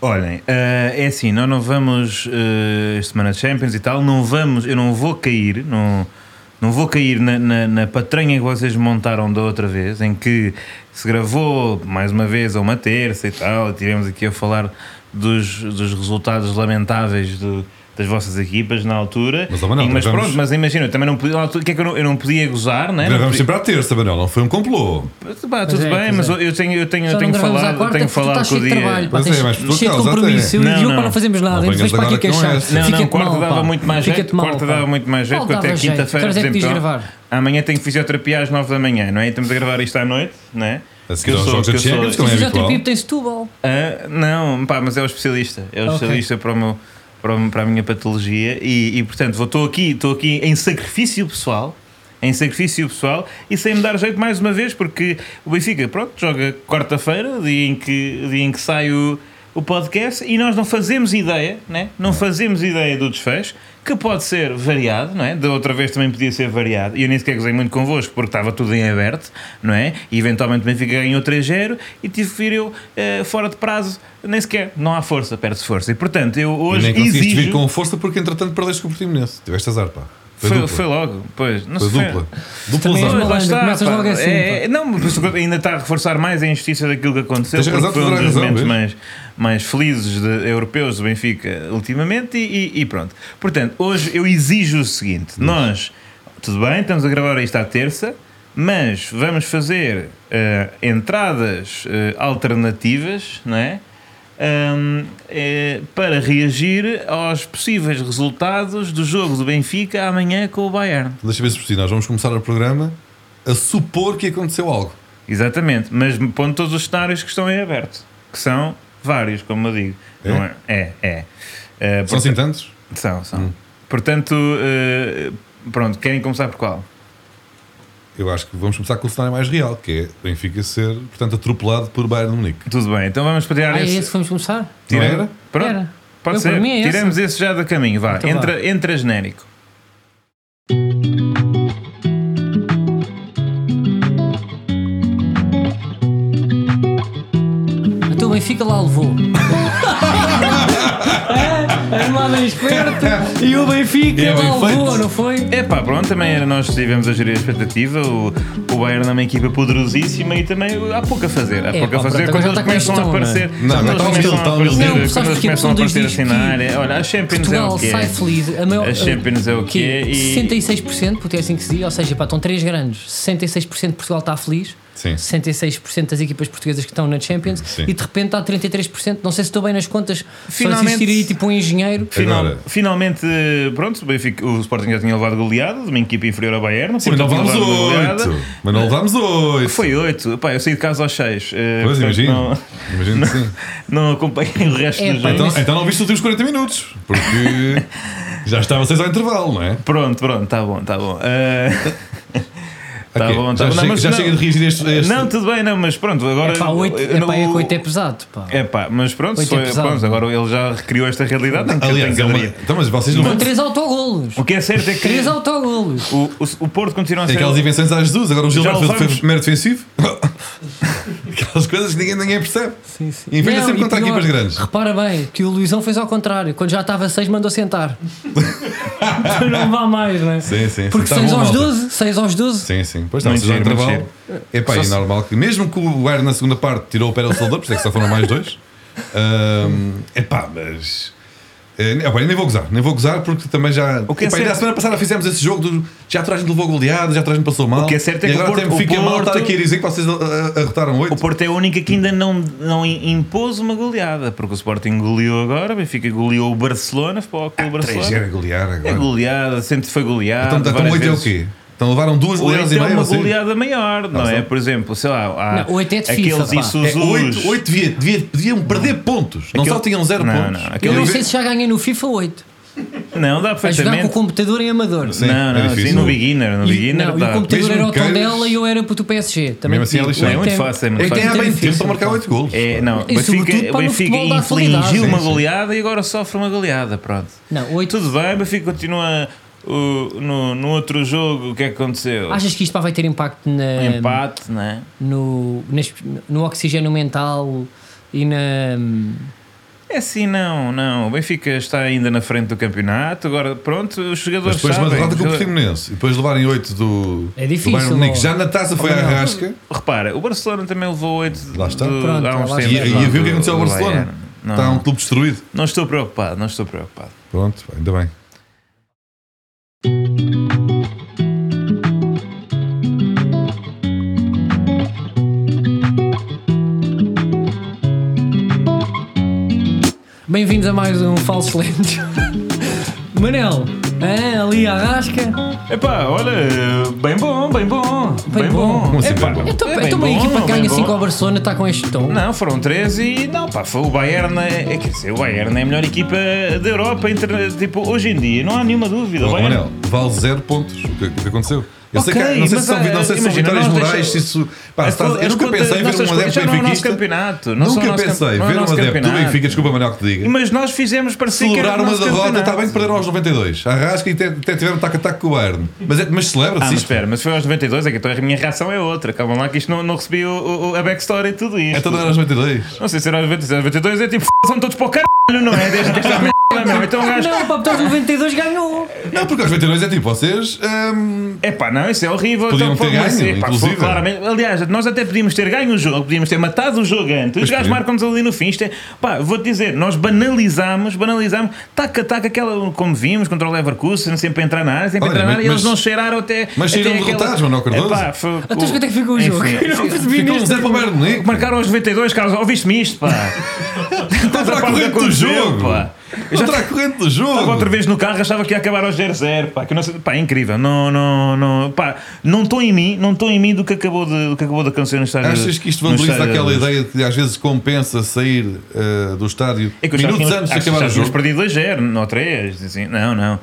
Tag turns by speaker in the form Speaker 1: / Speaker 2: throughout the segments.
Speaker 1: Olhem, eh, é assim, nós não vamos eh, esta semana de Champions e tal, não vamos, eu não vou cair, não, não vou cair na, na, na patranha que vocês montaram da outra vez, em que se gravou mais uma vez a uma terça e tal, e tivemos aqui a falar dos, dos resultados lamentáveis do- das vossas equipas na altura.
Speaker 2: Mas, ó, Manel,
Speaker 1: E- mas
Speaker 2: vamos-
Speaker 1: pronto, mas imagina, eu também não podia, na altura, o que é que eu não, eu não podia gozar, né? não
Speaker 2: Gravamos
Speaker 1: podia-
Speaker 2: sempre à terça, Manuel, não foi um complô.
Speaker 1: Pá, tudo
Speaker 3: Pois é,
Speaker 1: bem,
Speaker 3: pois
Speaker 1: mas
Speaker 3: é.
Speaker 1: eu tenho, eu tenho, eu
Speaker 3: Só não
Speaker 1: tenho
Speaker 3: gravamos à
Speaker 1: falado, eu
Speaker 3: quarta
Speaker 1: tenho
Speaker 3: porque tu
Speaker 1: falado
Speaker 3: estás
Speaker 1: com o
Speaker 3: cheio de
Speaker 1: dia.
Speaker 3: trabalho, pá,
Speaker 2: Pois é,
Speaker 3: tens
Speaker 2: mas tu
Speaker 3: cheio de
Speaker 2: causa até.
Speaker 3: compromisso.
Speaker 1: Não,
Speaker 3: e o Diogo
Speaker 1: não.
Speaker 3: para não fazermos
Speaker 2: Não
Speaker 3: nada. E depois
Speaker 2: venhas um
Speaker 3: para aqui
Speaker 2: agora com
Speaker 3: queixar.
Speaker 2: essa.
Speaker 1: Não, não,
Speaker 3: Fica-te
Speaker 1: quarta
Speaker 3: mal,
Speaker 1: dava
Speaker 3: pá.
Speaker 1: muito mais
Speaker 3: Fica-te
Speaker 1: jeito.
Speaker 3: mal,
Speaker 1: quarta
Speaker 3: pá.
Speaker 1: dava muito mais jeito,
Speaker 3: Qual
Speaker 1: que até
Speaker 3: dava jeito?
Speaker 1: quinta-feira.
Speaker 3: Que horas é que
Speaker 1: por
Speaker 3: tens de
Speaker 1: exemplo,
Speaker 3: gravar?
Speaker 1: Amanhã tenho fisioterapia às 9 da manhã, não é? E Estamos a gravar isto à noite, não é?
Speaker 2: A seguir Assim, aos jogos da Champions,
Speaker 1: sou-
Speaker 2: Não é
Speaker 3: Mas já
Speaker 2: habitual.
Speaker 3: tem pipo, tem Setúbal.
Speaker 1: Ah, não, pá, mas é o especialista. É o
Speaker 3: Ok.
Speaker 1: especialista para, o meu- para, o- para a minha patologia e, e, portanto, vou- estou aqui, estou aqui em sacrifício pessoal. Em sacrifício pessoal e sem me dar jeito mais uma vez, porque o Benfica, pronto, joga quarta-feira, dia em que, dia em que sai o, o podcast, e nós não fazemos ideia, né? não fazemos ideia do desfecho, que pode ser variado, não é? Da outra vez também podia ser variado, e eu nem sequer gozei muito convosco, porque estava tudo em aberto, não é? E eventualmente o Benfica ganhou 3-0 e tive que ir eu eh, fora de prazo, nem sequer, não há força, perde-se força. E portanto, eu
Speaker 2: E
Speaker 1: hoje
Speaker 2: nem conseguiste
Speaker 1: exijo.
Speaker 2: vir com força porque entretanto perdeste com o Portimonense. Tiveste azar, pá. Foi,
Speaker 1: Foi,
Speaker 2: dupla.
Speaker 1: foi é logo, pois, não
Speaker 2: Foi
Speaker 1: se
Speaker 2: dupla. Dupla
Speaker 3: Também és
Speaker 1: Pois,
Speaker 2: azar.
Speaker 1: lá
Speaker 3: malandro,
Speaker 1: está,
Speaker 3: começas
Speaker 1: pá.
Speaker 3: logo assim,
Speaker 1: É, não, mas ainda está a reforçar mais a injustiça daquilo que aconteceu.
Speaker 2: Tens
Speaker 1: porque
Speaker 2: razão,
Speaker 1: foi um
Speaker 2: tens
Speaker 1: dos
Speaker 2: razão,
Speaker 1: momentos
Speaker 2: vês?
Speaker 1: mais, mais felizes de- europeus do Benfica ultimamente e, e- e pronto. Portanto, hoje eu exijo o seguinte: nós, tudo bem, estamos a gravar isto à terça, mas vamos fazer eh, entradas eh, alternativas, não é? Ahm, eh, para reagir aos possíveis resultados do jogo do Benfica amanhã com o Bayern.
Speaker 2: Deixa eu ver se percebi. Nós vamos começar o programa a supor que aconteceu algo.
Speaker 1: Exatamente, mas me pondo todos os cenários que estão em aberto, que são vários, como eu digo.
Speaker 2: É?
Speaker 1: Não é? É, é. Eh,
Speaker 2: São Hum.
Speaker 1: porta-
Speaker 2: assim tantos?
Speaker 1: São, são. Portanto, eh, pronto, querem começar por qual?
Speaker 2: Eu acho que vamos começar com o cenário mais real, que é o Benfica ser, portanto, atropelado por Bayern de Munique.
Speaker 1: Tudo bem, então vamos tirar
Speaker 3: Ah, é
Speaker 1: esse.
Speaker 3: esse que vamos começar?
Speaker 2: Não
Speaker 1: tira-
Speaker 2: era?
Speaker 1: Pronto,
Speaker 3: Era.
Speaker 1: pode
Speaker 3: Eu,
Speaker 1: ser.
Speaker 3: para mim, é esse.
Speaker 1: Tiramos esse já do caminho, vá.
Speaker 3: Então
Speaker 1: entra, entra genérico.
Speaker 3: Então o Benfica lá levou. É, Armada em esperto e o Benfica
Speaker 2: É, bem
Speaker 3: lá levou,
Speaker 2: feito.
Speaker 3: não foi?
Speaker 1: É pá, pronto, também era- nós tivemos a gerir a expectativa. O, o Bayern é uma equipa poderosíssima e também há pouco a fazer. Há
Speaker 3: É,
Speaker 1: pouco a
Speaker 3: pá,
Speaker 1: fazer
Speaker 3: pronto,
Speaker 1: quando
Speaker 3: agora
Speaker 1: eles
Speaker 3: já
Speaker 1: começam
Speaker 3: está
Speaker 1: a
Speaker 3: com este
Speaker 1: aparecer.
Speaker 2: tom, não é? Não,
Speaker 1: quando
Speaker 2: mas
Speaker 1: eles começam a
Speaker 2: está hostil, está
Speaker 1: aparecer,
Speaker 3: hostil. Não,
Speaker 1: quando
Speaker 3: sabes
Speaker 1: eles
Speaker 3: porquê?
Speaker 1: começam a aparecer
Speaker 3: Porque são dois
Speaker 1: assim
Speaker 3: dias
Speaker 1: na
Speaker 3: que
Speaker 1: área. Olha, a Champions é o
Speaker 3: é Portugal
Speaker 1: que
Speaker 3: sai
Speaker 1: é.
Speaker 3: feliz. A, maior,
Speaker 1: A Champions é o que é e-
Speaker 3: 66%, porque é assim que se diz, ou seja, pá, estão três grandes. 66% de Portugal está feliz.
Speaker 2: Sim.
Speaker 3: 66% das equipas portuguesas que estão na Champions e de repente há 33%. Não sei se estou bem nas contas.
Speaker 1: Finalmente-
Speaker 3: Só existir aí tipo um engenheiro.
Speaker 1: Final-
Speaker 2: Agora.
Speaker 1: finalmente, pronto, o, Benfica- o Sporting já tinha levado goleado de uma equipa inferior ao Bayern. o
Speaker 2: Sim, mas
Speaker 1: Porto
Speaker 2: não
Speaker 1: tinha
Speaker 2: vamos
Speaker 1: levado uma
Speaker 2: oito.
Speaker 1: goleada.
Speaker 2: Mas não vamos oito.
Speaker 1: Foi 8. Pá, eu saí de casa aos 6.
Speaker 2: Pois, imagino.
Speaker 1: Não,
Speaker 2: Imagino que sim.
Speaker 1: não acompanhei o resto
Speaker 3: É,
Speaker 1: do
Speaker 3: pá,
Speaker 1: jogo.
Speaker 2: Então, então não viste os últimos 40 minutos, porque já estava 6 ao intervalo, não é?
Speaker 1: Pronto, pronto, tá bom, tá bom. Ah, tá
Speaker 2: Ok,
Speaker 1: bom, tá
Speaker 2: já
Speaker 1: bom. Não,
Speaker 2: chega-
Speaker 1: mas
Speaker 2: já
Speaker 1: não-
Speaker 2: chega de reagir a este- a este-
Speaker 1: Não, tudo bem, não, mas pronto, agora.
Speaker 3: É pá, oito-
Speaker 1: eu-
Speaker 3: é pá, é
Speaker 1: o-
Speaker 3: que oito é pesado. Pá.
Speaker 1: É pá, mas pronto,
Speaker 3: Oito
Speaker 1: foi,
Speaker 3: é pesado.
Speaker 1: pronto, agora ele já recriou esta realidade. tem que-
Speaker 2: Aliás, é
Speaker 1: tem que
Speaker 2: uma...
Speaker 1: aderir.
Speaker 2: então, mas vocês não
Speaker 3: Com
Speaker 2: vão.
Speaker 3: três autogolos.
Speaker 1: O que é certo é que
Speaker 3: Três autogolos.
Speaker 1: o, o, o Porto continua a
Speaker 2: É
Speaker 1: ser.
Speaker 2: aquelas invenções à Jesus, agora um o
Speaker 1: Já
Speaker 2: Gilberto foi- foi
Speaker 1: levamos.
Speaker 2: primeiro defensivo. aquelas coisas que ninguém, ninguém percebe.
Speaker 3: Sim, sim.
Speaker 2: Inventa
Speaker 3: Não,
Speaker 2: sempre
Speaker 3: e
Speaker 2: contra
Speaker 3: pior,
Speaker 2: equipas grandes.
Speaker 3: Repara bem que o Luizão fez ao contrário. Quando já estava 6, mandou sentar. Para não vá mais, não é?
Speaker 2: Sim, sim, sim.
Speaker 3: Porque
Speaker 2: Tá
Speaker 3: 6
Speaker 2: bom,
Speaker 3: aos
Speaker 2: malta.
Speaker 3: 12, 6 aos 12.
Speaker 2: Sim, sim. Pois está,
Speaker 1: Muito
Speaker 2: vocês ao
Speaker 1: giro, muito
Speaker 2: intervalo. É pá, é normal que, mesmo que o Air na segunda parte tirou o pé ao soldador, por isso é que só foram mais dois. É pá, mas. É, epá, eu nem vou gozar, nem vou gozar porque também já.
Speaker 1: O que é
Speaker 2: epá, ainda
Speaker 1: certo-
Speaker 2: a semana passada fizemos esse jogo, do, já atrás gente levou goleado, já atrás gente passou mal.
Speaker 1: O que é certo é
Speaker 2: e
Speaker 1: que o
Speaker 2: agora
Speaker 1: Porto-
Speaker 2: até me
Speaker 1: o
Speaker 2: fica mal
Speaker 1: Porto-
Speaker 2: estar aqui a dizer que vocês ah, ah, arrotaram
Speaker 1: O
Speaker 2: oito.
Speaker 1: Porto é a única que ainda não, não impôs uma goleada, porque o Sporting goleou agora, o Benfica goleou o Barcelona, foi ao clube
Speaker 2: Ah, Três
Speaker 1: Barcelona.
Speaker 2: era golear
Speaker 1: É
Speaker 2: agora.
Speaker 1: goleada, sempre foi goleada.
Speaker 2: Então, então
Speaker 1: várias
Speaker 2: oito é o
Speaker 1: vezes.
Speaker 2: quê? Então levaram duas goleadas
Speaker 1: Oito
Speaker 2: e
Speaker 1: é
Speaker 2: meia.
Speaker 1: uma
Speaker 2: ou seis?
Speaker 1: goleada maior, não é? Por exemplo, sei lá, há
Speaker 3: Não, oito é de
Speaker 1: aqueles
Speaker 3: FIFA, pá.
Speaker 2: É,
Speaker 1: Isuzus.
Speaker 2: oito, oito devia, devia, deviam perder pontos, não
Speaker 1: Aquele-
Speaker 2: só tinham zero
Speaker 1: Não,
Speaker 2: pontos. É
Speaker 1: não,
Speaker 3: Eu
Speaker 1: aquele-
Speaker 3: não sei se já ganhei no FIFA 8.
Speaker 1: Não, dá
Speaker 3: A jogar com o
Speaker 1: perfeitamente.
Speaker 3: computador em amador.
Speaker 2: Sim,
Speaker 1: não,
Speaker 2: é
Speaker 1: não,
Speaker 2: difícil.
Speaker 1: assim, no beginner, no
Speaker 3: E-
Speaker 1: beginner
Speaker 3: não, e
Speaker 1: dá.
Speaker 3: o computador
Speaker 2: Mesmo
Speaker 3: era o
Speaker 2: que queiras-
Speaker 3: Tondela e eu era puto PSG. Também
Speaker 2: Mesmo
Speaker 3: te
Speaker 2: assim é
Speaker 3: digo.
Speaker 2: lixado.
Speaker 1: É muito
Speaker 3: Tem-
Speaker 1: fácil, é muito
Speaker 2: É que
Speaker 1: fácil.
Speaker 2: tem há bem
Speaker 3: difícil,
Speaker 2: tempo para marcar oito golos.
Speaker 1: É, não, o
Speaker 3: E sobretudo
Speaker 1: Benfica, o
Speaker 3: para no
Speaker 1: Benfica
Speaker 3: futebol dá qualidade.
Speaker 1: infligiu uma
Speaker 2: Sim, sim.
Speaker 1: goleada e agora sofre uma goleada, pronto.
Speaker 3: Não, 8.
Speaker 1: Tudo bem, o Benfica continua o- no, no outro jogo, o que é que aconteceu?
Speaker 3: Achas que isto pá, vai ter impacto na-
Speaker 1: Um empate, né?
Speaker 3: no, nas- no oxigênio mental e na.
Speaker 1: É assim, não, não. O Benfica está ainda na frente do campeonato. Agora, pronto, os
Speaker 2: Mas
Speaker 1: jogadores
Speaker 2: depois de uma
Speaker 1: sabem.
Speaker 2: derrota com o
Speaker 1: Os jogadores-
Speaker 2: Portimonense e depois levarem 8 do,
Speaker 3: É difícil,
Speaker 2: do Bayern Munique.
Speaker 3: não.
Speaker 2: Já na taça foi à rasca.
Speaker 1: Repara, o Barcelona também levou 8
Speaker 2: Lá está.
Speaker 3: Pronto, lá
Speaker 2: E,
Speaker 3: está.
Speaker 2: e,
Speaker 1: lá
Speaker 2: viu o
Speaker 1: do-
Speaker 2: que aconteceu ao
Speaker 1: do
Speaker 2: Barcelona.
Speaker 1: Bayern. É Não,
Speaker 2: Está um clube destruído.
Speaker 1: não estou preocupado, não estou preocupado.
Speaker 2: Pronto, ainda bem.
Speaker 3: Bem-vindos a mais um Falso Lentes. Manel, é, ali à rasca.
Speaker 1: Epá, olha, bem bom, bem bom, bem,
Speaker 3: Bem bom.
Speaker 1: bom.
Speaker 2: Como assim,
Speaker 1: Epá,
Speaker 2: bem bom?
Speaker 1: é
Speaker 3: Então,
Speaker 1: bem
Speaker 3: então uma
Speaker 1: bom,
Speaker 3: equipa que
Speaker 1: bem
Speaker 3: ganha
Speaker 1: bom.
Speaker 3: 5 ao Barcelona está com este tom.
Speaker 1: Não, foram 13 e não, pá, foi o Bayern, é, é, quer dizer, o Bayern é a melhor equipa da Europa, inter- tipo, hoje em dia, não há nenhuma dúvida.
Speaker 2: Ó,
Speaker 1: o
Speaker 2: ó,
Speaker 1: Bayern,
Speaker 2: Manel, vale zero pontos. O que, o que aconteceu? Eu sei que há-
Speaker 1: Ok,
Speaker 2: não sei se
Speaker 1: mas, eh,
Speaker 2: são, vi- não sei se são
Speaker 1: imagina,
Speaker 2: vitórias
Speaker 1: nós
Speaker 2: morais, se
Speaker 1: deixa-
Speaker 2: isso. Pá, se
Speaker 1: as
Speaker 2: tá- eu
Speaker 1: coisas-
Speaker 2: nunca
Speaker 1: contas-
Speaker 2: pensei em ver
Speaker 1: nossas
Speaker 2: um
Speaker 1: coisas
Speaker 2: adepto
Speaker 1: já não é o nosso
Speaker 2: benfiquista.
Speaker 1: campeonato, não são o
Speaker 2: Nunca
Speaker 1: nosso
Speaker 2: pensei
Speaker 1: campe- não é o
Speaker 2: ver um
Speaker 1: nosso
Speaker 2: adepto do
Speaker 1: campeonato.
Speaker 2: Benfica, desculpa, Manel, que te diga.
Speaker 1: Mas nós fizemos parecer que era
Speaker 2: celebrar
Speaker 1: o
Speaker 2: uma
Speaker 1: nosso
Speaker 2: derrota,
Speaker 1: campeonato.
Speaker 2: está bem tá que perderam aos 92. Arrasca e até, até tiveram um tac-a-tac com o Bayern. Mas, é- mas celebra-se
Speaker 1: Ah, mas
Speaker 2: isto.
Speaker 1: espera, mas foi aos 92, é que então a minha reação é outra. Calma lá, que isto não, não recebi o- o- o- a backstory e tudo isto.
Speaker 2: É toda hora aos 92.
Speaker 1: Não sei se era aos 92, aos 92 é tipo, "F- são todos para o caralho, não é? Desde que esta merda, meu. Então o gajo.
Speaker 3: Não, o Papetão 92 ganhou.
Speaker 2: Não, porque aos 92 é tipo, vocês. hum,
Speaker 1: É pá, não, isso é horrível.
Speaker 2: Podiam
Speaker 1: então,
Speaker 2: ter
Speaker 1: pô, mas,
Speaker 2: ganho,
Speaker 1: epá,
Speaker 2: inclusive.
Speaker 1: foi claramente- Aliás, nós até podíamos ter ganho o jogo, podíamos ter matado o jogo antes.
Speaker 2: Pois
Speaker 1: Os gajos
Speaker 2: podia.
Speaker 1: marcam-nos ali no fim. Isto é, pá, vou-te dizer, nós banalizámos, banalizámos, taca, taca, aquela, como vimos, contra o Leverkusen, sempre a entrar na área, sempre a
Speaker 2: Olha,
Speaker 1: entrar na área,
Speaker 2: mas-
Speaker 1: eles não cheiraram até.
Speaker 2: mas
Speaker 1: até
Speaker 2: saíram
Speaker 1: aquela-
Speaker 2: derrotados, Manuel Cardoso.
Speaker 1: Epá, foi-
Speaker 3: Então, quanto é que ficou o
Speaker 1: Enfim,
Speaker 3: jogo? Eu não percebi
Speaker 2: Ficou um
Speaker 3: nisto.
Speaker 2: zero para o Bayern de Munique.
Speaker 1: Marcaram aos 92, Carlos, ouviste-me isto, pá.
Speaker 2: Contra a
Speaker 1: parte
Speaker 2: corrente do
Speaker 1: aconteceu,
Speaker 2: jogo.
Speaker 1: pá. Eu já
Speaker 2: Contra a corrente do jogo.
Speaker 1: Estava outra vez no carro, achava que ia acabar aos 0-0, pá, que eu não sei- pá, é incrível. Não, não, não, pá, não estou em mim, não estou em mim do que acabou de, do que acabou de acontecer no estádio.
Speaker 2: Achas que isto
Speaker 1: no
Speaker 2: valoriza
Speaker 1: estádio-
Speaker 2: aquela ideia de que às vezes compensa sair eh, do estádio
Speaker 1: É que eu já
Speaker 2: minutos
Speaker 1: tínhamos-
Speaker 2: antes de
Speaker 1: acho que
Speaker 2: acabar
Speaker 1: já
Speaker 2: o
Speaker 1: tínhamos
Speaker 2: jogo?
Speaker 1: perdido 2-0, ou 3, assim, não, não.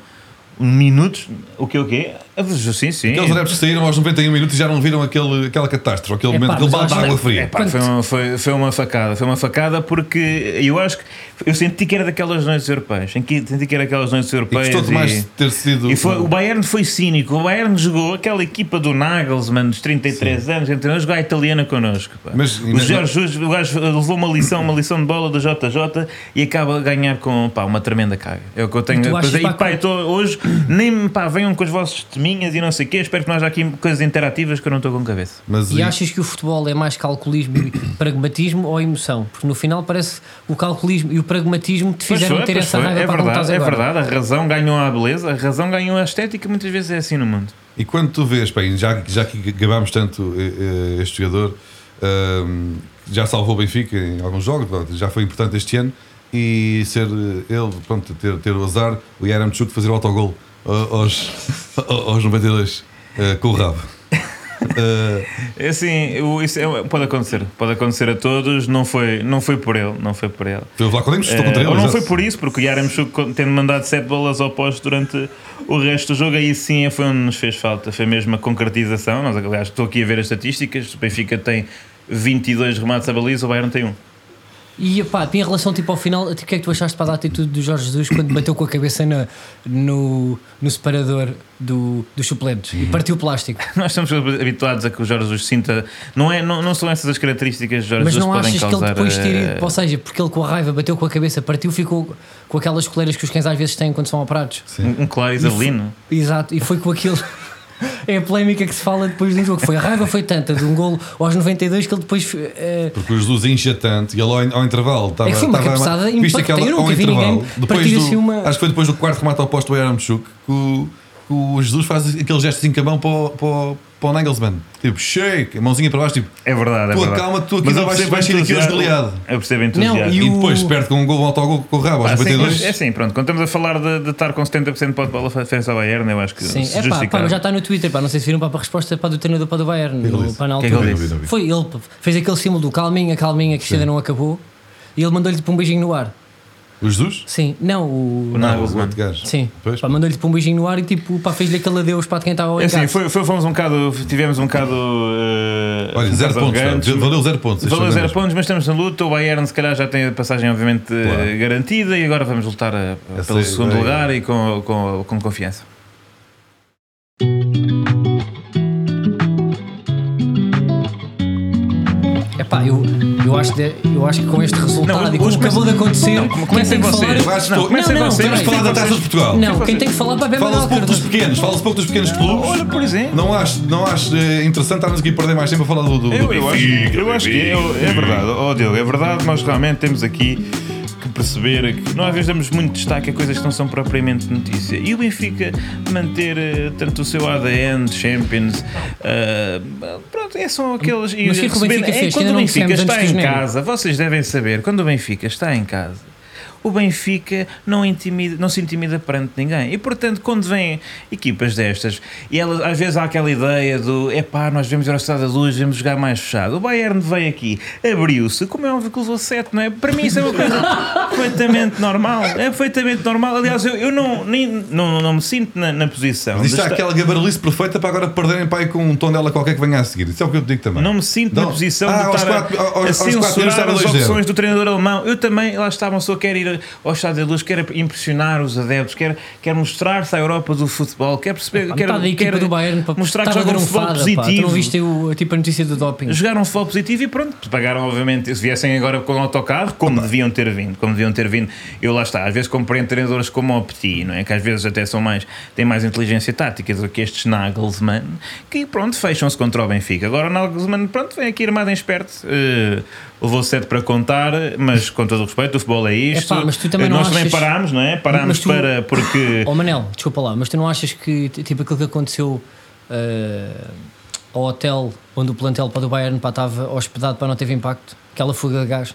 Speaker 1: Minutos, o que o quê? Ah, Sim, sim.
Speaker 2: Aqueles adeptos que saíram aos 91 minutos e já não viram aquele, aquela catástrofe, aquele
Speaker 3: Epá,
Speaker 2: momento, aquele
Speaker 3: mas
Speaker 2: balde de
Speaker 3: acho-
Speaker 2: água
Speaker 1: É,
Speaker 2: fria.
Speaker 1: pá, foi, uma, foi- foi uma facada, foi uma facada porque eu acho que eu senti que era daquelas noites europeias, em que senti que era daquelas noites
Speaker 2: e
Speaker 1: europeias.
Speaker 2: gostou demais de ter sido.
Speaker 1: é. E foi, o Bayern foi cínico. O Bayern jogou aquela equipa do Nagelsmann dos 33 anos, então jogou a italiana connosco. Pá.
Speaker 2: Mas-
Speaker 1: o Jorge Jesus, o gajo levou uma lição, uma lição de bola do JJ e acaba a ganhar com pá, uma tremenda caga. É o que eu tenho.
Speaker 3: E tu
Speaker 1: Pois
Speaker 3: achas,
Speaker 1: aí,
Speaker 3: pá,
Speaker 1: pá,
Speaker 3: que-
Speaker 1: eu tô hoje, nem pá, venham com os vossos teminhas e não sei o quê. Espero que nós já aqui coisas interativas que eu não estou com cabeça.
Speaker 2: Mas
Speaker 3: E
Speaker 2: e-
Speaker 3: achas que o futebol é mais calculismo e pragmatismo ou emoção? Porque no final parece que o calculismo e o pragmatismo te
Speaker 1: Pois
Speaker 3: fizeram
Speaker 1: foi,
Speaker 3: ter
Speaker 1: pois
Speaker 3: essa
Speaker 1: foi.
Speaker 3: raiva
Speaker 1: é
Speaker 3: para como estás
Speaker 1: verdade, é
Speaker 3: agora.
Speaker 1: verdade. A razão ganhou a beleza, a razão ganhou a estética. Muitas vezes é assim no mundo.
Speaker 2: E quando tu vês, bem, já, já que acabámos tanto eh, eh, este jogador, ahm, já salvou o Benfica em alguns jogos, pronto, já foi importante este ano, e ser eh, ele, pronto, ter, ter o azar, o Yaramchuk fazer o autogol ah, aos, aos 92, eh, com o rabo. Eh,
Speaker 1: É assim, o- isso é- pode acontecer, pode acontecer a todos, não foi, não foi por ele, não foi por ele.
Speaker 2: foi o Vlacodimos, estou
Speaker 1: Eh,
Speaker 2: contra ele.
Speaker 1: ou não
Speaker 2: exato.
Speaker 1: foi por isso, porque o Yaramchuk con- tendo mandado sete bolas ao poste durante o resto do jogo, aí sim foi onde nos fez falta, foi mesmo a concretização. Nós, aliás, estou aqui a ver as estatísticas, o Benfica tem 22 remates à baliza, o Bayern tem um.
Speaker 3: E pá, em relação tipo, ao final, o que é que tu achaste para a atitude do Jorge Jesus quando bateu com a cabeça na- no, no separador do, dos suplentes e partiu o plástico?
Speaker 1: Nós estamos habituados a que o Jorge Jesus sinta, não, é, não, não são essas as características que Jorge
Speaker 3: Mas
Speaker 1: Jesus
Speaker 3: não
Speaker 1: podem
Speaker 3: achas que ele
Speaker 1: causar.
Speaker 3: depois ter
Speaker 1: eh,
Speaker 3: ido, ou seja, porque ele com a raiva bateu com a cabeça, partiu, ficou com aquelas coleiras que os cães às vezes têm quando são operados?
Speaker 1: um, um claro isabelino.
Speaker 3: Exato, e foi com aquilo. É a polémica que se fala depois do jogo. Foi a raiva foi tanta de um golo aos 92 que ele depois. eh,
Speaker 2: Porque o Jesus incha tanto e ele ao, ao intervalo estava.
Speaker 3: É que foi uma
Speaker 2: estava-
Speaker 3: cabeçada
Speaker 2: viste
Speaker 3: impactante,
Speaker 2: aquela-
Speaker 3: eu nunca
Speaker 2: ao
Speaker 3: vi ninguém
Speaker 2: intervalo,
Speaker 3: partir
Speaker 2: do-
Speaker 3: assim uma-
Speaker 2: Acho que foi depois do quarto remate oposto do Aramchuk que o, que o Jesus faz aquele gesto assim cabão para o, para, o- para o Nagelsmann. Tipo, shake, a mãozinha para baixo, tipo.
Speaker 1: É verdade, é
Speaker 2: Pô,
Speaker 1: verdade.
Speaker 2: calma, tu aqui não
Speaker 1: eu
Speaker 2: vais-
Speaker 1: percebo
Speaker 2: vais sair daqui hoje
Speaker 1: entusiasmo.
Speaker 2: goleado.
Speaker 1: Eu percebo
Speaker 3: Não,
Speaker 1: entusiasmo.
Speaker 3: E
Speaker 2: E,
Speaker 3: o-
Speaker 2: depois perde com um gol, um autogol com o rabo
Speaker 1: Pá,
Speaker 2: aos
Speaker 1: sim, mas
Speaker 2: 92.
Speaker 1: é assim, pronto, quando estamos a falar de, de estar com 70% para bola frente ao Bayern, eu acho que
Speaker 3: sim,
Speaker 1: se
Speaker 3: é pá, pá,
Speaker 1: justificava.
Speaker 3: mas já está no Twitter, pá, não sei se viram pá, para a resposta pá, do treinador para do Bayern.
Speaker 2: ele
Speaker 3: No,
Speaker 2: disse?
Speaker 3: pá, na
Speaker 1: Que é que
Speaker 3: altura.
Speaker 1: ele
Speaker 2: Não vi, não vi.
Speaker 3: Foi ele, pá, fez aquele símbolo do calminha, calminha, que isto ainda não acabou. E ele mandou-lhe tipo, um beijinho no ar.
Speaker 2: O Jesus?
Speaker 3: Sim, não, o.
Speaker 1: O
Speaker 2: Não,
Speaker 1: Nagelsmann.
Speaker 2: o outro gajo.
Speaker 3: Sim,
Speaker 2: Pois.
Speaker 3: Pá, mandou-lhe tipo, um beijinho no ar e tipo, pá, fez-lhe aquele adeus para quem estava
Speaker 1: É
Speaker 3: a
Speaker 1: assim, foi, foi- fomos um bocado, tivemos um bocado. eh,
Speaker 2: Olha, zero pontos.
Speaker 1: arrogantes.
Speaker 2: tá? Valeu zero pontos. este
Speaker 1: Valeu
Speaker 2: jogo
Speaker 1: zero
Speaker 2: mesmo.
Speaker 1: pontos, mas estamos na luta. O Bayern, se calhar, já tem a passagem, obviamente, eh,
Speaker 2: Claro.
Speaker 1: garantida. E agora vamos lutar eh,
Speaker 2: Essa
Speaker 1: pelo
Speaker 2: é a
Speaker 1: segundo
Speaker 2: ideia.
Speaker 1: lugar e com, com, com confiança.
Speaker 3: É pá, eu, eu eu acho, de- eu acho que com este resultado e com o que acabou de acontecer,
Speaker 1: Não,
Speaker 3: quem
Speaker 1: comecem
Speaker 3: tem que falar-
Speaker 1: vocês.
Speaker 2: Eu acho que
Speaker 1: Não,
Speaker 2: estou-
Speaker 1: comecem
Speaker 3: Não, não,
Speaker 1: vocês.
Speaker 2: Vamos
Speaker 3: Sim,
Speaker 2: falar da Taça de Portugal.
Speaker 3: Não,
Speaker 1: Sim,
Speaker 3: quem
Speaker 1: sim.
Speaker 3: tem que falar é para Beba
Speaker 2: Fala-se pouco
Speaker 3: Galhardo.
Speaker 2: dos pequenos, fala-se pouco dos pequenos clubes.
Speaker 1: Olha, por exemplo.
Speaker 2: Não acho, não acho eh, interessante estarmos aqui a perder mais tempo a falar do. do,
Speaker 1: Eu,
Speaker 2: do
Speaker 1: eu acho,
Speaker 2: Benfica,
Speaker 1: eu acho que é, é verdade, oh Diogo, é verdade, nós realmente temos aqui que perceber é que nós às vezes damos muito destaque a coisas que não são propriamente notícia. E o Benfica manter eh, tanto o seu ADN de Champions, eh, pronto, é, são aqueles. e
Speaker 3: Mas o que é que o
Speaker 1: receber-
Speaker 3: Benfica
Speaker 1: é,
Speaker 3: fez?
Speaker 1: Quando
Speaker 3: Ainda
Speaker 1: o
Speaker 3: não
Speaker 1: Benfica
Speaker 3: dissemos
Speaker 1: está
Speaker 3: antes
Speaker 1: em
Speaker 3: do janeiro.
Speaker 1: casa, vocês devem saber, quando o Benfica está em casa. O Benfica não, intimida, não se intimida perante ninguém. E, portanto, quando vêm equipas destas, e elas, às vezes há aquela ideia do epá, nós vemos ver a Cidade da Luz, vamos jogar mais fechado. O Bayern veio aqui, abriu-se, como é óbvio que levou 7, não é? Para mim isso é uma coisa perfeitamente normal. É perfeitamente normal. Aliás, eu, eu não, nem, não, não me sinto na, na posição.
Speaker 2: Mas Isto
Speaker 1: de
Speaker 2: está
Speaker 1: estar-
Speaker 2: aquela gabaralice perfeita para agora perderem pai com um tom dela qualquer que venha a seguir. Isso é o que eu te digo também.
Speaker 1: Não me sinto
Speaker 2: Não.
Speaker 1: na posição
Speaker 2: Ah,
Speaker 1: de
Speaker 2: aos
Speaker 1: estar
Speaker 2: quatro-
Speaker 1: a,
Speaker 2: aos-
Speaker 1: a
Speaker 2: aos quatro minutos
Speaker 1: censurar
Speaker 2: estava
Speaker 1: as
Speaker 2: 2-0.
Speaker 1: opções do treinador alemão. Eu também, lá estava, só quero ir ao Estado da Luz, quero impressionar os adeptos, quero, quero mostrar-se à Europa do futebol, quero perceber,
Speaker 3: Pá,
Speaker 1: quero,
Speaker 3: metade da equipa
Speaker 1: quero
Speaker 3: do Bayern para
Speaker 1: mostrar que
Speaker 3: estava
Speaker 1: jogam um futebol
Speaker 3: garunfada, pá. Tu
Speaker 1: positivo.
Speaker 3: não viste o, tipo, a notícia do doping?
Speaker 1: Jogaram um futebol positivo e pronto, pagaram obviamente, se viessem agora com o autocarro, como
Speaker 3: é?
Speaker 1: deviam ter vindo, como deviam ter vindo, eu lá está, às vezes compreendo treinadores como o Petit, não é? Que às vezes até são mais, têm mais inteligência tática do que estes Nagelsmann, que pronto, fecham-se contra o Benfica. Agora o Nagelsmann, pronto, vem aqui armado em esperto, eh, levou sete para contar, mas com todo o respeito, o futebol é isto.
Speaker 3: Epá, mas tu também não
Speaker 1: Nós também
Speaker 3: achas-
Speaker 1: parámos, não é? Parámos
Speaker 3: Mas tu-
Speaker 1: para, porque...
Speaker 3: Oh Manel, desculpa lá, mas tu não achas que t- tipo aquilo que aconteceu eh, ao hotel onde o plantel para do Bayern pá, estava hospedado para não teve impacto? Aquela fuga de gás.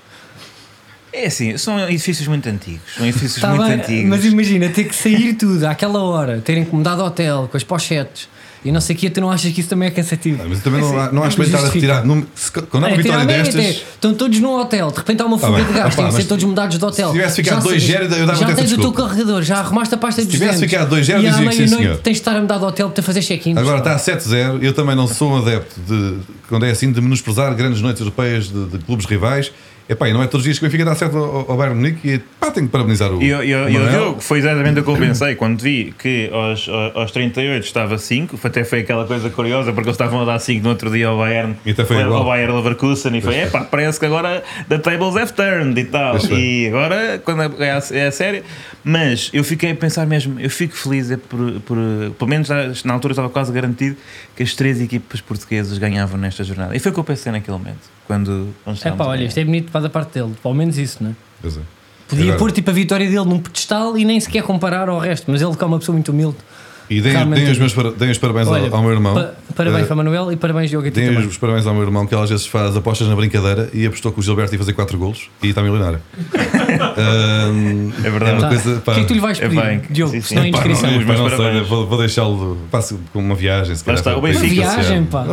Speaker 1: É assim, são edifícios muito antigos, são edifícios
Speaker 3: Tá
Speaker 1: muito
Speaker 3: bem,
Speaker 1: antigos.
Speaker 3: mas imagina ter que sair tudo àquela hora, terem que mudar de hotel com as pochetes e não sei o que, tu não achas que isso também é cansativo?
Speaker 2: Ah, Mas eu também não, não acho
Speaker 3: não
Speaker 2: bem estar a
Speaker 3: justifica.
Speaker 2: retirar. Não, se, quando há uma
Speaker 3: Olha, tira a
Speaker 2: vitória
Speaker 3: média,
Speaker 2: destas. Tá
Speaker 3: até. É, Estão todos num hotel, de repente há uma fuga
Speaker 2: bem.
Speaker 3: de gás,
Speaker 2: Opa,
Speaker 3: têm que ser
Speaker 2: mas
Speaker 3: todos mudados de hotel.
Speaker 2: se tivesse ficado
Speaker 3: Já sei-
Speaker 2: 2-0 eu dava-te essa
Speaker 3: Já tens o teu
Speaker 2: desculpa.
Speaker 3: carregador, já arrumaste a pasta de
Speaker 2: tivesse ficado 2-0
Speaker 3: e à
Speaker 2: dizia que sim, senhor.
Speaker 3: meia-noite tens de estar a mudar de hotel para fazer check-in.
Speaker 2: Agora está a 7-0. Eu também não sou um adepto de, quando é assim, de menosprezar grandes noites europeias de, de clubes rivais. Epá, e não é todos os dias que o Benfica dá certo ao, ao Bayern Munique e pá, tenho que parabenizar o.
Speaker 1: E eu, eu,
Speaker 2: o
Speaker 1: eu,
Speaker 2: Manuel.
Speaker 1: Diogo, foi exatamente o que eu pensei quando vi que aos, aos aos 38 estava 5, até foi aquela coisa curiosa, porque eles estavam a dar 5 no outro dia ao Bayern,
Speaker 2: E até foi igual.
Speaker 1: ao Bayern Leverkusen, e foi, epá, parece que agora the tables have turned e tal.
Speaker 2: Pois foi.
Speaker 1: E agora, quando é a, é a série, mas eu fiquei a pensar mesmo, eu fico feliz é por, por pelo menos na, na altura estava quase garantido que as três equipas portuguesas ganhavam nesta jornada. E foi o que eu pensei naquele momento, quando, quando
Speaker 3: É
Speaker 1: estávamos
Speaker 3: pá,
Speaker 1: a
Speaker 3: olha,
Speaker 1: ganhar.
Speaker 3: isto é bonito para da parte dele, pelo menos isso, não é?
Speaker 2: Pois é.
Speaker 3: Podia
Speaker 2: Agora-
Speaker 3: pôr tipo a vitória dele num pedestal e nem sequer comparar ao resto, mas ele que é uma pessoa muito humilde.
Speaker 2: E deem,
Speaker 3: Realmente-
Speaker 2: deem os meus para- deem os parabéns ao-
Speaker 3: Olha,
Speaker 2: ao, meu irmão.
Speaker 3: pa- parabéns
Speaker 2: Eh,
Speaker 3: para o Manuel e parabéns Diogo a ti
Speaker 2: Dei
Speaker 3: também.
Speaker 2: os parabéns ao meu irmão que ele às vezes faz apostas na brincadeira e apostou que o Gilberto ia fazer 4 golos e está milionário. Ahm,
Speaker 1: É verdade.
Speaker 2: uma
Speaker 1: Tá.
Speaker 2: coisa,
Speaker 3: O
Speaker 2: pá,
Speaker 3: que é que tu lhe vais
Speaker 1: É
Speaker 3: pedir,
Speaker 1: bem,
Speaker 3: Diogo?
Speaker 1: sim,
Speaker 3: se
Speaker 1: sim.
Speaker 3: não é
Speaker 2: pá,
Speaker 3: inscrição.
Speaker 2: não,
Speaker 1: Os meus
Speaker 2: não sei,
Speaker 1: parabéns.
Speaker 2: vou, vou deixá-lo passo com uma viagem, se calhar.
Speaker 1: está,
Speaker 2: para
Speaker 1: o
Speaker 2: o país.
Speaker 1: Benfica.
Speaker 2: Passear.
Speaker 3: Viagem, pá.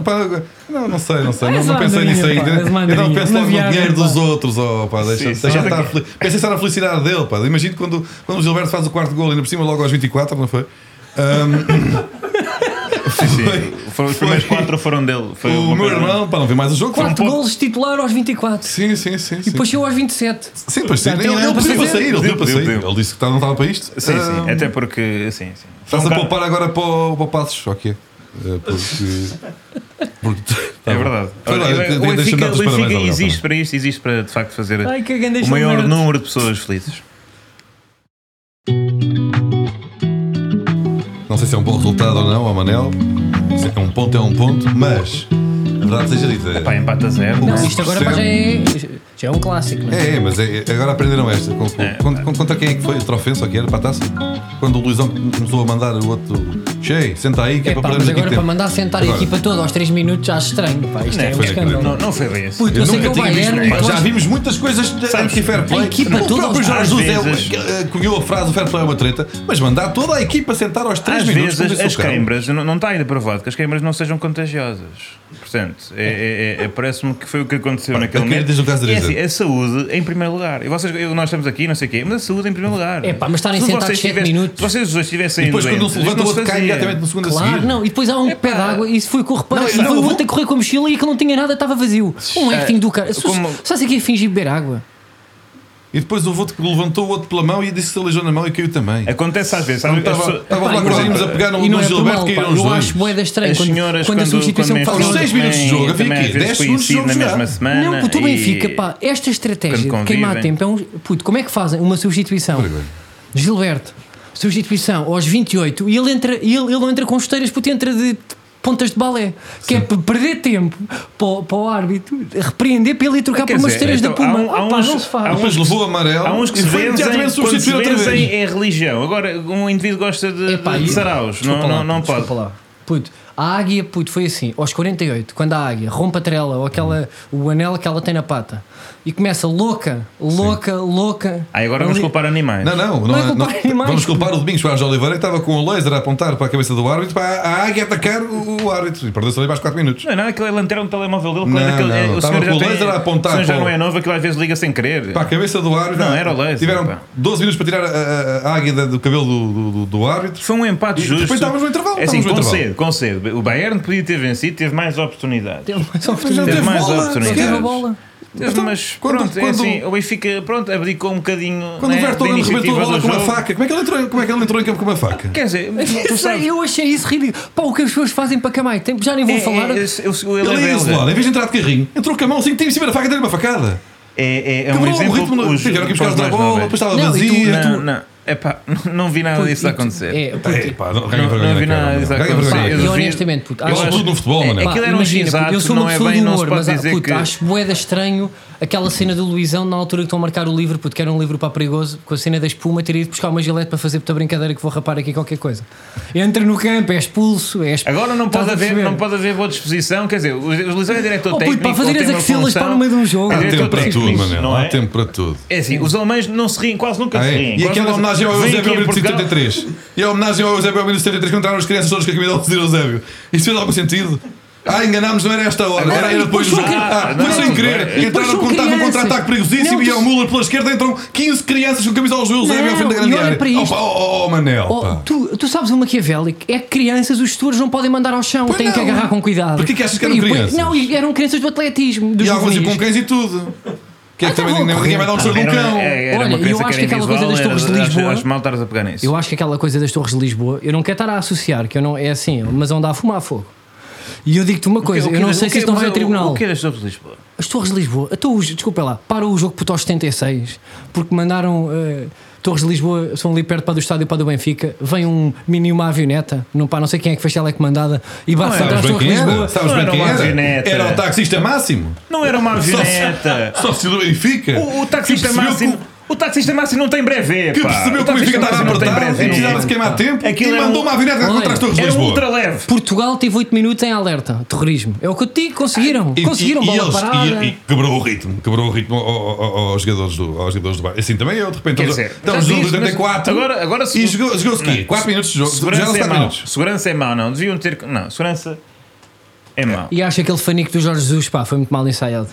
Speaker 2: Não, não sei, não sei.
Speaker 3: Ah,
Speaker 2: Não,
Speaker 3: és
Speaker 2: não
Speaker 3: uma
Speaker 2: pensei nisso
Speaker 3: andarinha,
Speaker 2: ainda.
Speaker 3: pá, és
Speaker 2: Eu não
Speaker 3: uma andarinha.
Speaker 2: penso
Speaker 3: Uma
Speaker 2: logo no
Speaker 3: viagem,
Speaker 2: dinheiro dos
Speaker 3: pá.
Speaker 2: outros, oh, pá, deixa,
Speaker 1: Sim,
Speaker 2: deixa
Speaker 1: sim.
Speaker 2: estar a fel- Pensa em estar a felicidade dele, pá. Imagino quando, quando o Gilberto faz o quarto gol, ainda por cima logo aos 24, não foi?
Speaker 1: Sim, foram- os primeiros 4 foram dele. Foi
Speaker 2: o
Speaker 1: uma
Speaker 2: meu
Speaker 1: coisa-
Speaker 2: irmão, pá, não vi mais o jogo. foi um
Speaker 3: 4
Speaker 2: pouco-
Speaker 3: golos titular aos 24
Speaker 2: Sim, sim, sim.
Speaker 3: e
Speaker 2: sim.
Speaker 3: depois eu aos 27.
Speaker 2: Sim, pois sim.
Speaker 3: Portanto,
Speaker 2: Ele, ele,
Speaker 3: ele deu
Speaker 2: pediu
Speaker 3: para
Speaker 2: para sair, ele pediu para
Speaker 1: Deu,
Speaker 2: sair.
Speaker 1: deu, deu.
Speaker 2: Ele disse que tá- não estava para isto.
Speaker 1: Sim, É, sim.
Speaker 2: Ah,
Speaker 1: Até porque, sim, sim.
Speaker 2: Estás
Speaker 1: Um
Speaker 2: a
Speaker 1: bocado-
Speaker 2: poupar agora para o, para o Passos, ok. É, Porque. porque
Speaker 1: É verdade.
Speaker 2: Tá Foi lá,
Speaker 1: Olha,
Speaker 2: de- de-
Speaker 1: o
Speaker 2: deixa-me
Speaker 1: Benfica,
Speaker 2: dar-te os
Speaker 1: o
Speaker 2: parabéns,
Speaker 1: Benfica
Speaker 2: Gabriel,
Speaker 1: existe para isto, existe para de facto fazer
Speaker 3: Ai,
Speaker 2: é
Speaker 3: que grande
Speaker 1: o maior
Speaker 3: merda.
Speaker 1: número de pessoas felizes.
Speaker 2: Não sei se é um bom resultado ou não, ao Manel. Se é um ponto, é um ponto, mas. A verdade seja dita.
Speaker 1: Pá, empata zero.
Speaker 2: Não.
Speaker 3: Não, isto agora pá, já é, já é um clássico, não é?
Speaker 2: É, é, mas é- é- agora aprenderam esta. Com, com- con- con- contra quem é que foi? Outra ofensa, ou que era para a taça? Quando o Luizão começou a mandar o outro. Cheio, senta aí, que é,
Speaker 3: É,
Speaker 2: para
Speaker 3: pá,
Speaker 2: perdermos
Speaker 3: mas
Speaker 2: aqui
Speaker 3: agora
Speaker 2: tempo.
Speaker 3: para mandar sentar a
Speaker 2: Agora.
Speaker 3: equipa toda aos 3 minutos acho estranho, pá, isto
Speaker 1: Não,
Speaker 3: é um
Speaker 1: foi
Speaker 3: escândalo.
Speaker 1: Não, não foi bem assim.
Speaker 3: Puto, eu sei que
Speaker 2: nunca
Speaker 3: o
Speaker 2: tinha visto,
Speaker 3: Bayern,
Speaker 2: pá,
Speaker 3: tu
Speaker 2: já
Speaker 3: achas-
Speaker 2: vimos muitas coisas de
Speaker 1: Sabes,
Speaker 2: anti-fair play.
Speaker 3: a equipa
Speaker 2: o
Speaker 3: toda
Speaker 2: próprio
Speaker 3: aos-
Speaker 2: Jorge
Speaker 1: às
Speaker 2: José
Speaker 1: vezes-
Speaker 2: eh, cunhou a frase o fair play é uma treta, mas mandar toda a equipa sentar aos 3
Speaker 1: Às
Speaker 2: minutos.
Speaker 1: vezes as,
Speaker 2: como disse o Carlos.
Speaker 1: câimbras, não, não está ainda provado que as câimbras não sejam contagiosas. Portanto, é- é- é- é- parece-me que foi o que aconteceu naquele
Speaker 2: eu queria
Speaker 1: momento.
Speaker 2: dizer o que estás a
Speaker 1: É
Speaker 2: dizer.
Speaker 1: assim, a saúde em primeiro lugar. E vocês, eu- nós estamos aqui, não sei o quê, mas a saúde em primeiro lugar.
Speaker 3: É pá, mas estarem
Speaker 1: Se vocês
Speaker 3: sentados sete
Speaker 1: tivessem-
Speaker 3: minutos.
Speaker 1: Se vocês os dois estivessem
Speaker 2: E depois quando um
Speaker 1: doentes,
Speaker 2: se levanta,
Speaker 1: isto
Speaker 2: o
Speaker 1: não
Speaker 2: outro cai
Speaker 1: fazia.
Speaker 2: imediatamente no segundo a
Speaker 3: Claro,
Speaker 2: seguir.
Speaker 3: não, e depois há um pé d'água, isso foi o que eu reparei,
Speaker 2: Não,
Speaker 3: foi
Speaker 2: não,
Speaker 3: o
Speaker 2: vou-
Speaker 3: outro a correr com a mochila e que não tinha nada, estava vazio. Um acting do cara.
Speaker 1: como-
Speaker 3: Só sei que é fingir beber água.
Speaker 2: E depois houve outro que levantou o outro pela mão e disse que se aleijou na mão e caiu também.
Speaker 1: Acontece às vezes. sabe? As
Speaker 2: Estava
Speaker 1: pessoas-
Speaker 2: estava
Speaker 3: Epá,
Speaker 2: lá
Speaker 3: e
Speaker 2: com os
Speaker 3: não-
Speaker 2: índios a pegar num
Speaker 3: E não é
Speaker 2: num
Speaker 3: por
Speaker 2: Gilberto
Speaker 3: mal,
Speaker 2: e
Speaker 3: pá.
Speaker 2: caíram os
Speaker 3: Eu
Speaker 2: dois.
Speaker 3: acho moeda estranha
Speaker 1: As
Speaker 3: quando,
Speaker 1: senhoras,
Speaker 3: quando
Speaker 1: quando,
Speaker 3: assumes situação que
Speaker 2: aos
Speaker 1: menstruam,
Speaker 2: seis minutos de jogo, havia
Speaker 1: também
Speaker 2: aqui
Speaker 1: às vezes
Speaker 2: 10 segundos de jogo
Speaker 1: coincide na
Speaker 2: já.
Speaker 1: mesma semana.
Speaker 3: Não, puto, o
Speaker 1: e-
Speaker 3: Benfica, pá, esta estratégia
Speaker 1: Quando
Speaker 3: de queimar
Speaker 1: convivem.
Speaker 3: tempo é um. Puto, como é que fazem uma substituição?
Speaker 2: Vergonha.
Speaker 3: Gilberto, substituição aos 28 e ele, entra, e ele, ele não entra com chuteiras, puto, entra de pontas de balé, que é para perder tempo para, o- para o árbitro, repreender para ele ir trocar
Speaker 1: Quer
Speaker 3: por umas
Speaker 1: dizer,
Speaker 3: chuteiras
Speaker 1: então,
Speaker 3: da Puma.
Speaker 1: há um- há
Speaker 3: Ah, pá,
Speaker 1: uns-
Speaker 3: não se
Speaker 1: há
Speaker 3: faz.
Speaker 2: Depois levou o amarelo.
Speaker 1: Há uns que
Speaker 2: e
Speaker 1: se
Speaker 2: foi imediatamente
Speaker 1: benzem, quando se
Speaker 2: substituir outra
Speaker 1: benzem
Speaker 2: vez.
Speaker 1: é religião. Agora, um indivíduo gosta de,
Speaker 3: Epá,
Speaker 1: de
Speaker 3: e-
Speaker 1: saraus.
Speaker 3: desculpa
Speaker 1: Não,
Speaker 3: lá,
Speaker 1: não, não
Speaker 3: puto,
Speaker 1: pode.
Speaker 3: desculpa lá. Puto, a águia, puto, foi assim, aos 48, quando a águia rompe a trela ou aquela, o anel que ela tem na pata e começa louca, louca, louca.
Speaker 1: Ah, e agora vamos
Speaker 3: ali-
Speaker 1: culpar animais.
Speaker 2: Não, não, não,
Speaker 3: Não é
Speaker 2: é-
Speaker 3: culpar
Speaker 2: não-
Speaker 3: animais.
Speaker 2: vamos culpar o Domingos Jorge Oliveira que estava com o laser a apontar para a cabeça do árbitro para a águia atacar o, o árbitro e perdeu-se ali mais 4 minutos.
Speaker 1: Não é nada, aquele lanterna do telemóvel dele.
Speaker 2: Não,
Speaker 1: quando aquele-
Speaker 2: não,
Speaker 1: é, o
Speaker 2: estava
Speaker 1: senhor
Speaker 2: com
Speaker 1: já
Speaker 2: o
Speaker 1: tem-
Speaker 2: laser a apontar
Speaker 1: o senhor já
Speaker 2: para o-
Speaker 1: não é novo, aquilo às vezes liga sem querer.
Speaker 2: Para a cabeça do árbitro.
Speaker 1: Não, era o laser,
Speaker 2: Tiveram
Speaker 1: pá.
Speaker 2: 12 minutos para tirar a, a- a águia da- do cabelo do, do, do- do árbitro.
Speaker 1: Foi um empate
Speaker 2: E
Speaker 1: justo.
Speaker 2: depois estávamos no intervalo,
Speaker 1: É assim,
Speaker 2: estávamos no
Speaker 1: concedo, concedo. O Bayern podia ter vencido, teve mais oportunidades.
Speaker 3: Teve mais
Speaker 2: Não
Speaker 3: oportunidade.
Speaker 2: teve
Speaker 1: mais
Speaker 2: bola,
Speaker 1: oportunidades.
Speaker 2: sequer.
Speaker 3: Teve a bola.
Speaker 1: Teve,
Speaker 2: Então,
Speaker 1: mas
Speaker 2: quando-
Speaker 1: pronto, é
Speaker 2: quando-
Speaker 1: assim, o Benfica pronto, abdicou um bocadinho.
Speaker 2: Quando
Speaker 1: né,
Speaker 2: o
Speaker 1: da
Speaker 2: Vertonghen rebentou
Speaker 1: iniciativa
Speaker 2: a bola
Speaker 1: do
Speaker 2: com uma
Speaker 1: jogo.
Speaker 2: faca, como é, que ele entrou, como é que ele entrou em campo com uma faca?
Speaker 1: Quer dizer, tu sabes.
Speaker 3: Eu achei isso ridículo. Pá, o que as pessoas fazem para camar tempo, já nem vou
Speaker 1: é-
Speaker 3: falar.
Speaker 1: é- esse- o- o- ele é
Speaker 2: Ele é
Speaker 1: belga.
Speaker 2: isolado, em vez de entrar de carrinho, entrou com a mão assim, tem em cima da faca e deu-lhe uma facada.
Speaker 1: É, é, é um
Speaker 2: Quebrou o
Speaker 1: exemplo
Speaker 2: ritmo, no-
Speaker 1: os-
Speaker 2: tiveram que
Speaker 1: para
Speaker 2: buscar
Speaker 1: os
Speaker 2: da
Speaker 1: mais
Speaker 2: bola,
Speaker 1: novos.
Speaker 2: depois estava
Speaker 3: Não, e tu-
Speaker 2: vazia.
Speaker 1: Não, não, epá, não, não vi nada disso a acontecer.
Speaker 3: É, puto,
Speaker 2: É, pá, não, ganha
Speaker 1: não,
Speaker 2: vergonha
Speaker 1: não vi
Speaker 2: na cara,
Speaker 1: nada
Speaker 2: meu.
Speaker 1: disso a
Speaker 2: Ganha
Speaker 1: acontecer.
Speaker 2: vergonha.
Speaker 3: Eu
Speaker 1: vi-
Speaker 3: honestamente, puto, acho-
Speaker 1: acho-
Speaker 2: tudo no futebol, mano.
Speaker 1: é,
Speaker 2: Pá,
Speaker 1: Aquilo era um
Speaker 3: imagina, puto, eu
Speaker 1: gizato,
Speaker 3: sou uma
Speaker 1: não é
Speaker 3: pessoa
Speaker 1: bem,
Speaker 3: do
Speaker 1: não se
Speaker 3: humor,
Speaker 1: pode
Speaker 3: mas ah,
Speaker 1: dizer
Speaker 3: puto,
Speaker 1: que.
Speaker 3: acho boeda estranho aquela cena do Luizão na altura que estão a marcar o livro, puto, que era um livro para perigoso, com a cena da espuma, ter ido buscar uma gilete para fazer puta brincadeira que vou rapar aqui qualquer coisa. Entra no campo, é expulso, é expulso.
Speaker 1: Agora não
Speaker 3: Estás
Speaker 1: pode,
Speaker 3: a
Speaker 1: haver,
Speaker 3: perceber?
Speaker 1: não pode haver boa disposição, quer dizer, os os Lisões é diretor
Speaker 3: Oh, puto,
Speaker 1: técnico.
Speaker 3: para fazer
Speaker 1: ele
Speaker 3: as
Speaker 1: tem uma
Speaker 3: axilas para
Speaker 1: função.
Speaker 3: no meio de um jogo.
Speaker 1: É
Speaker 2: Há
Speaker 1: diretor
Speaker 2: tempo para
Speaker 1: técnico,
Speaker 2: tudo, Manel.
Speaker 1: não
Speaker 2: Há
Speaker 1: é?
Speaker 2: tempo para tudo.
Speaker 1: É assim, os alemães não se riem, quase nunca
Speaker 2: Ah,
Speaker 1: se
Speaker 2: é?
Speaker 1: riem.
Speaker 2: E
Speaker 1: Quase
Speaker 2: aquela
Speaker 1: nunca se-
Speaker 2: homenagem ao
Speaker 1: Vêm aqui
Speaker 2: Eusébio
Speaker 1: em
Speaker 2: Abreu de
Speaker 1: Portugal-
Speaker 2: 73. E a homenagem ao Eusébio Abreu de 73 quando entraram as crianças todas com a camisa do Eusébio. Isso fez algum sentido? Ah, enganámos, não era esta hora,
Speaker 3: Agora,
Speaker 2: era,
Speaker 3: e
Speaker 2: era depois do
Speaker 3: depois
Speaker 2: jogo.
Speaker 3: são cri-
Speaker 2: Ah, foi
Speaker 1: não,
Speaker 2: sem
Speaker 1: não,
Speaker 2: querer.
Speaker 1: é-
Speaker 3: depois
Speaker 2: Entraram
Speaker 3: são
Speaker 2: com um
Speaker 3: crianças.
Speaker 2: contra-ataque perigosíssimo
Speaker 3: Não,
Speaker 2: e ao
Speaker 3: tu-
Speaker 2: Müller pela esquerda entram 15 crianças com camisola do Eusébio
Speaker 3: Não,
Speaker 2: ao fim da
Speaker 3: e
Speaker 2: grande
Speaker 3: olha
Speaker 2: área.
Speaker 3: para
Speaker 2: Oh,
Speaker 3: isto.
Speaker 2: pá, oh, oh, Manel,
Speaker 3: Oh,
Speaker 2: pá.
Speaker 3: tu, tu sabes o Maquiavélico? É que crianças, os tutores não podem mandar ao chão,
Speaker 2: Pois
Speaker 3: têm que
Speaker 2: não.
Speaker 3: agarrar com cuidado.
Speaker 2: Porquê que achas que eram
Speaker 3: E depois-
Speaker 2: crianças?
Speaker 3: Não, e eram crianças do atletismo, dos Ah, tá
Speaker 2: E alguns
Speaker 3: juvenis.
Speaker 2: com cães e tudo. Que é que
Speaker 3: Até
Speaker 2: também
Speaker 3: vou
Speaker 2: ninguém ninguém vai dar um choro num
Speaker 1: Era uma-
Speaker 2: cão.
Speaker 1: é, era
Speaker 3: Olha,
Speaker 1: uma
Speaker 3: eu
Speaker 1: criança
Speaker 3: acho
Speaker 1: era
Speaker 3: que aquela coisa das
Speaker 1: invisual,
Speaker 3: Torres de
Speaker 1: era- acho-
Speaker 3: Lisboa-
Speaker 1: Acho mal estares a pegar nisso.
Speaker 3: Eu acho que aquela coisa das Torres de Lisboa, eu não quero estar a associar, que eu não é assim, mas onde há fumar fogo. E eu digo-te uma coisa,
Speaker 1: O que-
Speaker 3: eu
Speaker 1: o
Speaker 3: não
Speaker 1: que-
Speaker 3: sei
Speaker 1: o
Speaker 3: se
Speaker 1: que-
Speaker 3: isto não
Speaker 1: mas
Speaker 3: vai ao
Speaker 1: o-
Speaker 3: tribunal.
Speaker 1: O que é das Torres de Lisboa?
Speaker 3: As Torres de Lisboa, então, os- desculpa lá, para o jogo puto aos 76, porque mandaram. eh, Torres de Lisboa são ali perto para do estádio para do Benfica. Vem um mini uma avioneta, não, pá, não sei quem é que fez telecomandada e bate
Speaker 1: Não é,
Speaker 3: contra as
Speaker 2: Sabes bem
Speaker 3: Torres de
Speaker 2: quem
Speaker 3: Lisboa.
Speaker 2: era? Sabes
Speaker 1: Não
Speaker 2: bem
Speaker 1: era
Speaker 2: quem
Speaker 1: uma
Speaker 2: era?
Speaker 1: avioneta.
Speaker 2: Era o taxista máximo.
Speaker 1: Não era uma
Speaker 2: Só se-
Speaker 1: avioneta.
Speaker 2: Só se do Benfica.
Speaker 1: O, o taxista
Speaker 2: Que percebeu
Speaker 1: máximo.
Speaker 2: que-
Speaker 1: O taxista máximo não tem brevet.
Speaker 2: Que
Speaker 1: pá.
Speaker 2: percebeu que o
Speaker 1: taxista
Speaker 2: Benfica estava
Speaker 1: Máximo não tem
Speaker 2: apertado e
Speaker 1: brevet.
Speaker 2: precisava de queimar tempo
Speaker 1: Aquilo
Speaker 2: e
Speaker 1: era
Speaker 2: mandou
Speaker 1: um-
Speaker 2: uma avinheta
Speaker 3: Olha,
Speaker 2: contra as torres de
Speaker 1: Era um
Speaker 2: Lisboa.
Speaker 1: ultra leve.
Speaker 3: Portugal teve 8 minutos em alerta, terrorismo. É o que eu te digo,
Speaker 1: Ah,
Speaker 3: conseguiram.
Speaker 2: E-
Speaker 3: conseguiram
Speaker 2: e, e,
Speaker 3: bola
Speaker 2: eles-
Speaker 3: parada.
Speaker 2: e- e quebrou o ritmo, quebrou o ritmo ao- ao- ao- aos jogadores do, aos jogadores do bar. Assim também eu, de repente,
Speaker 1: Quer
Speaker 2: estamos-
Speaker 1: dizer,
Speaker 2: estamos
Speaker 1: já
Speaker 2: no
Speaker 1: fiz, mas
Speaker 2: 84
Speaker 1: agora- agora
Speaker 2: e
Speaker 1: se-
Speaker 2: jogou- jogou-se aqui 4 minutos de jogo,
Speaker 1: Segurança
Speaker 2: jogaram-se
Speaker 1: é
Speaker 2: 4
Speaker 1: mau.
Speaker 2: minutos.
Speaker 1: Segurança é mau, não. Deviam ter. Não, segurança é mau.
Speaker 3: E acho aquele fanico do Jorge Jesus, pá, foi muito mal ensaiado.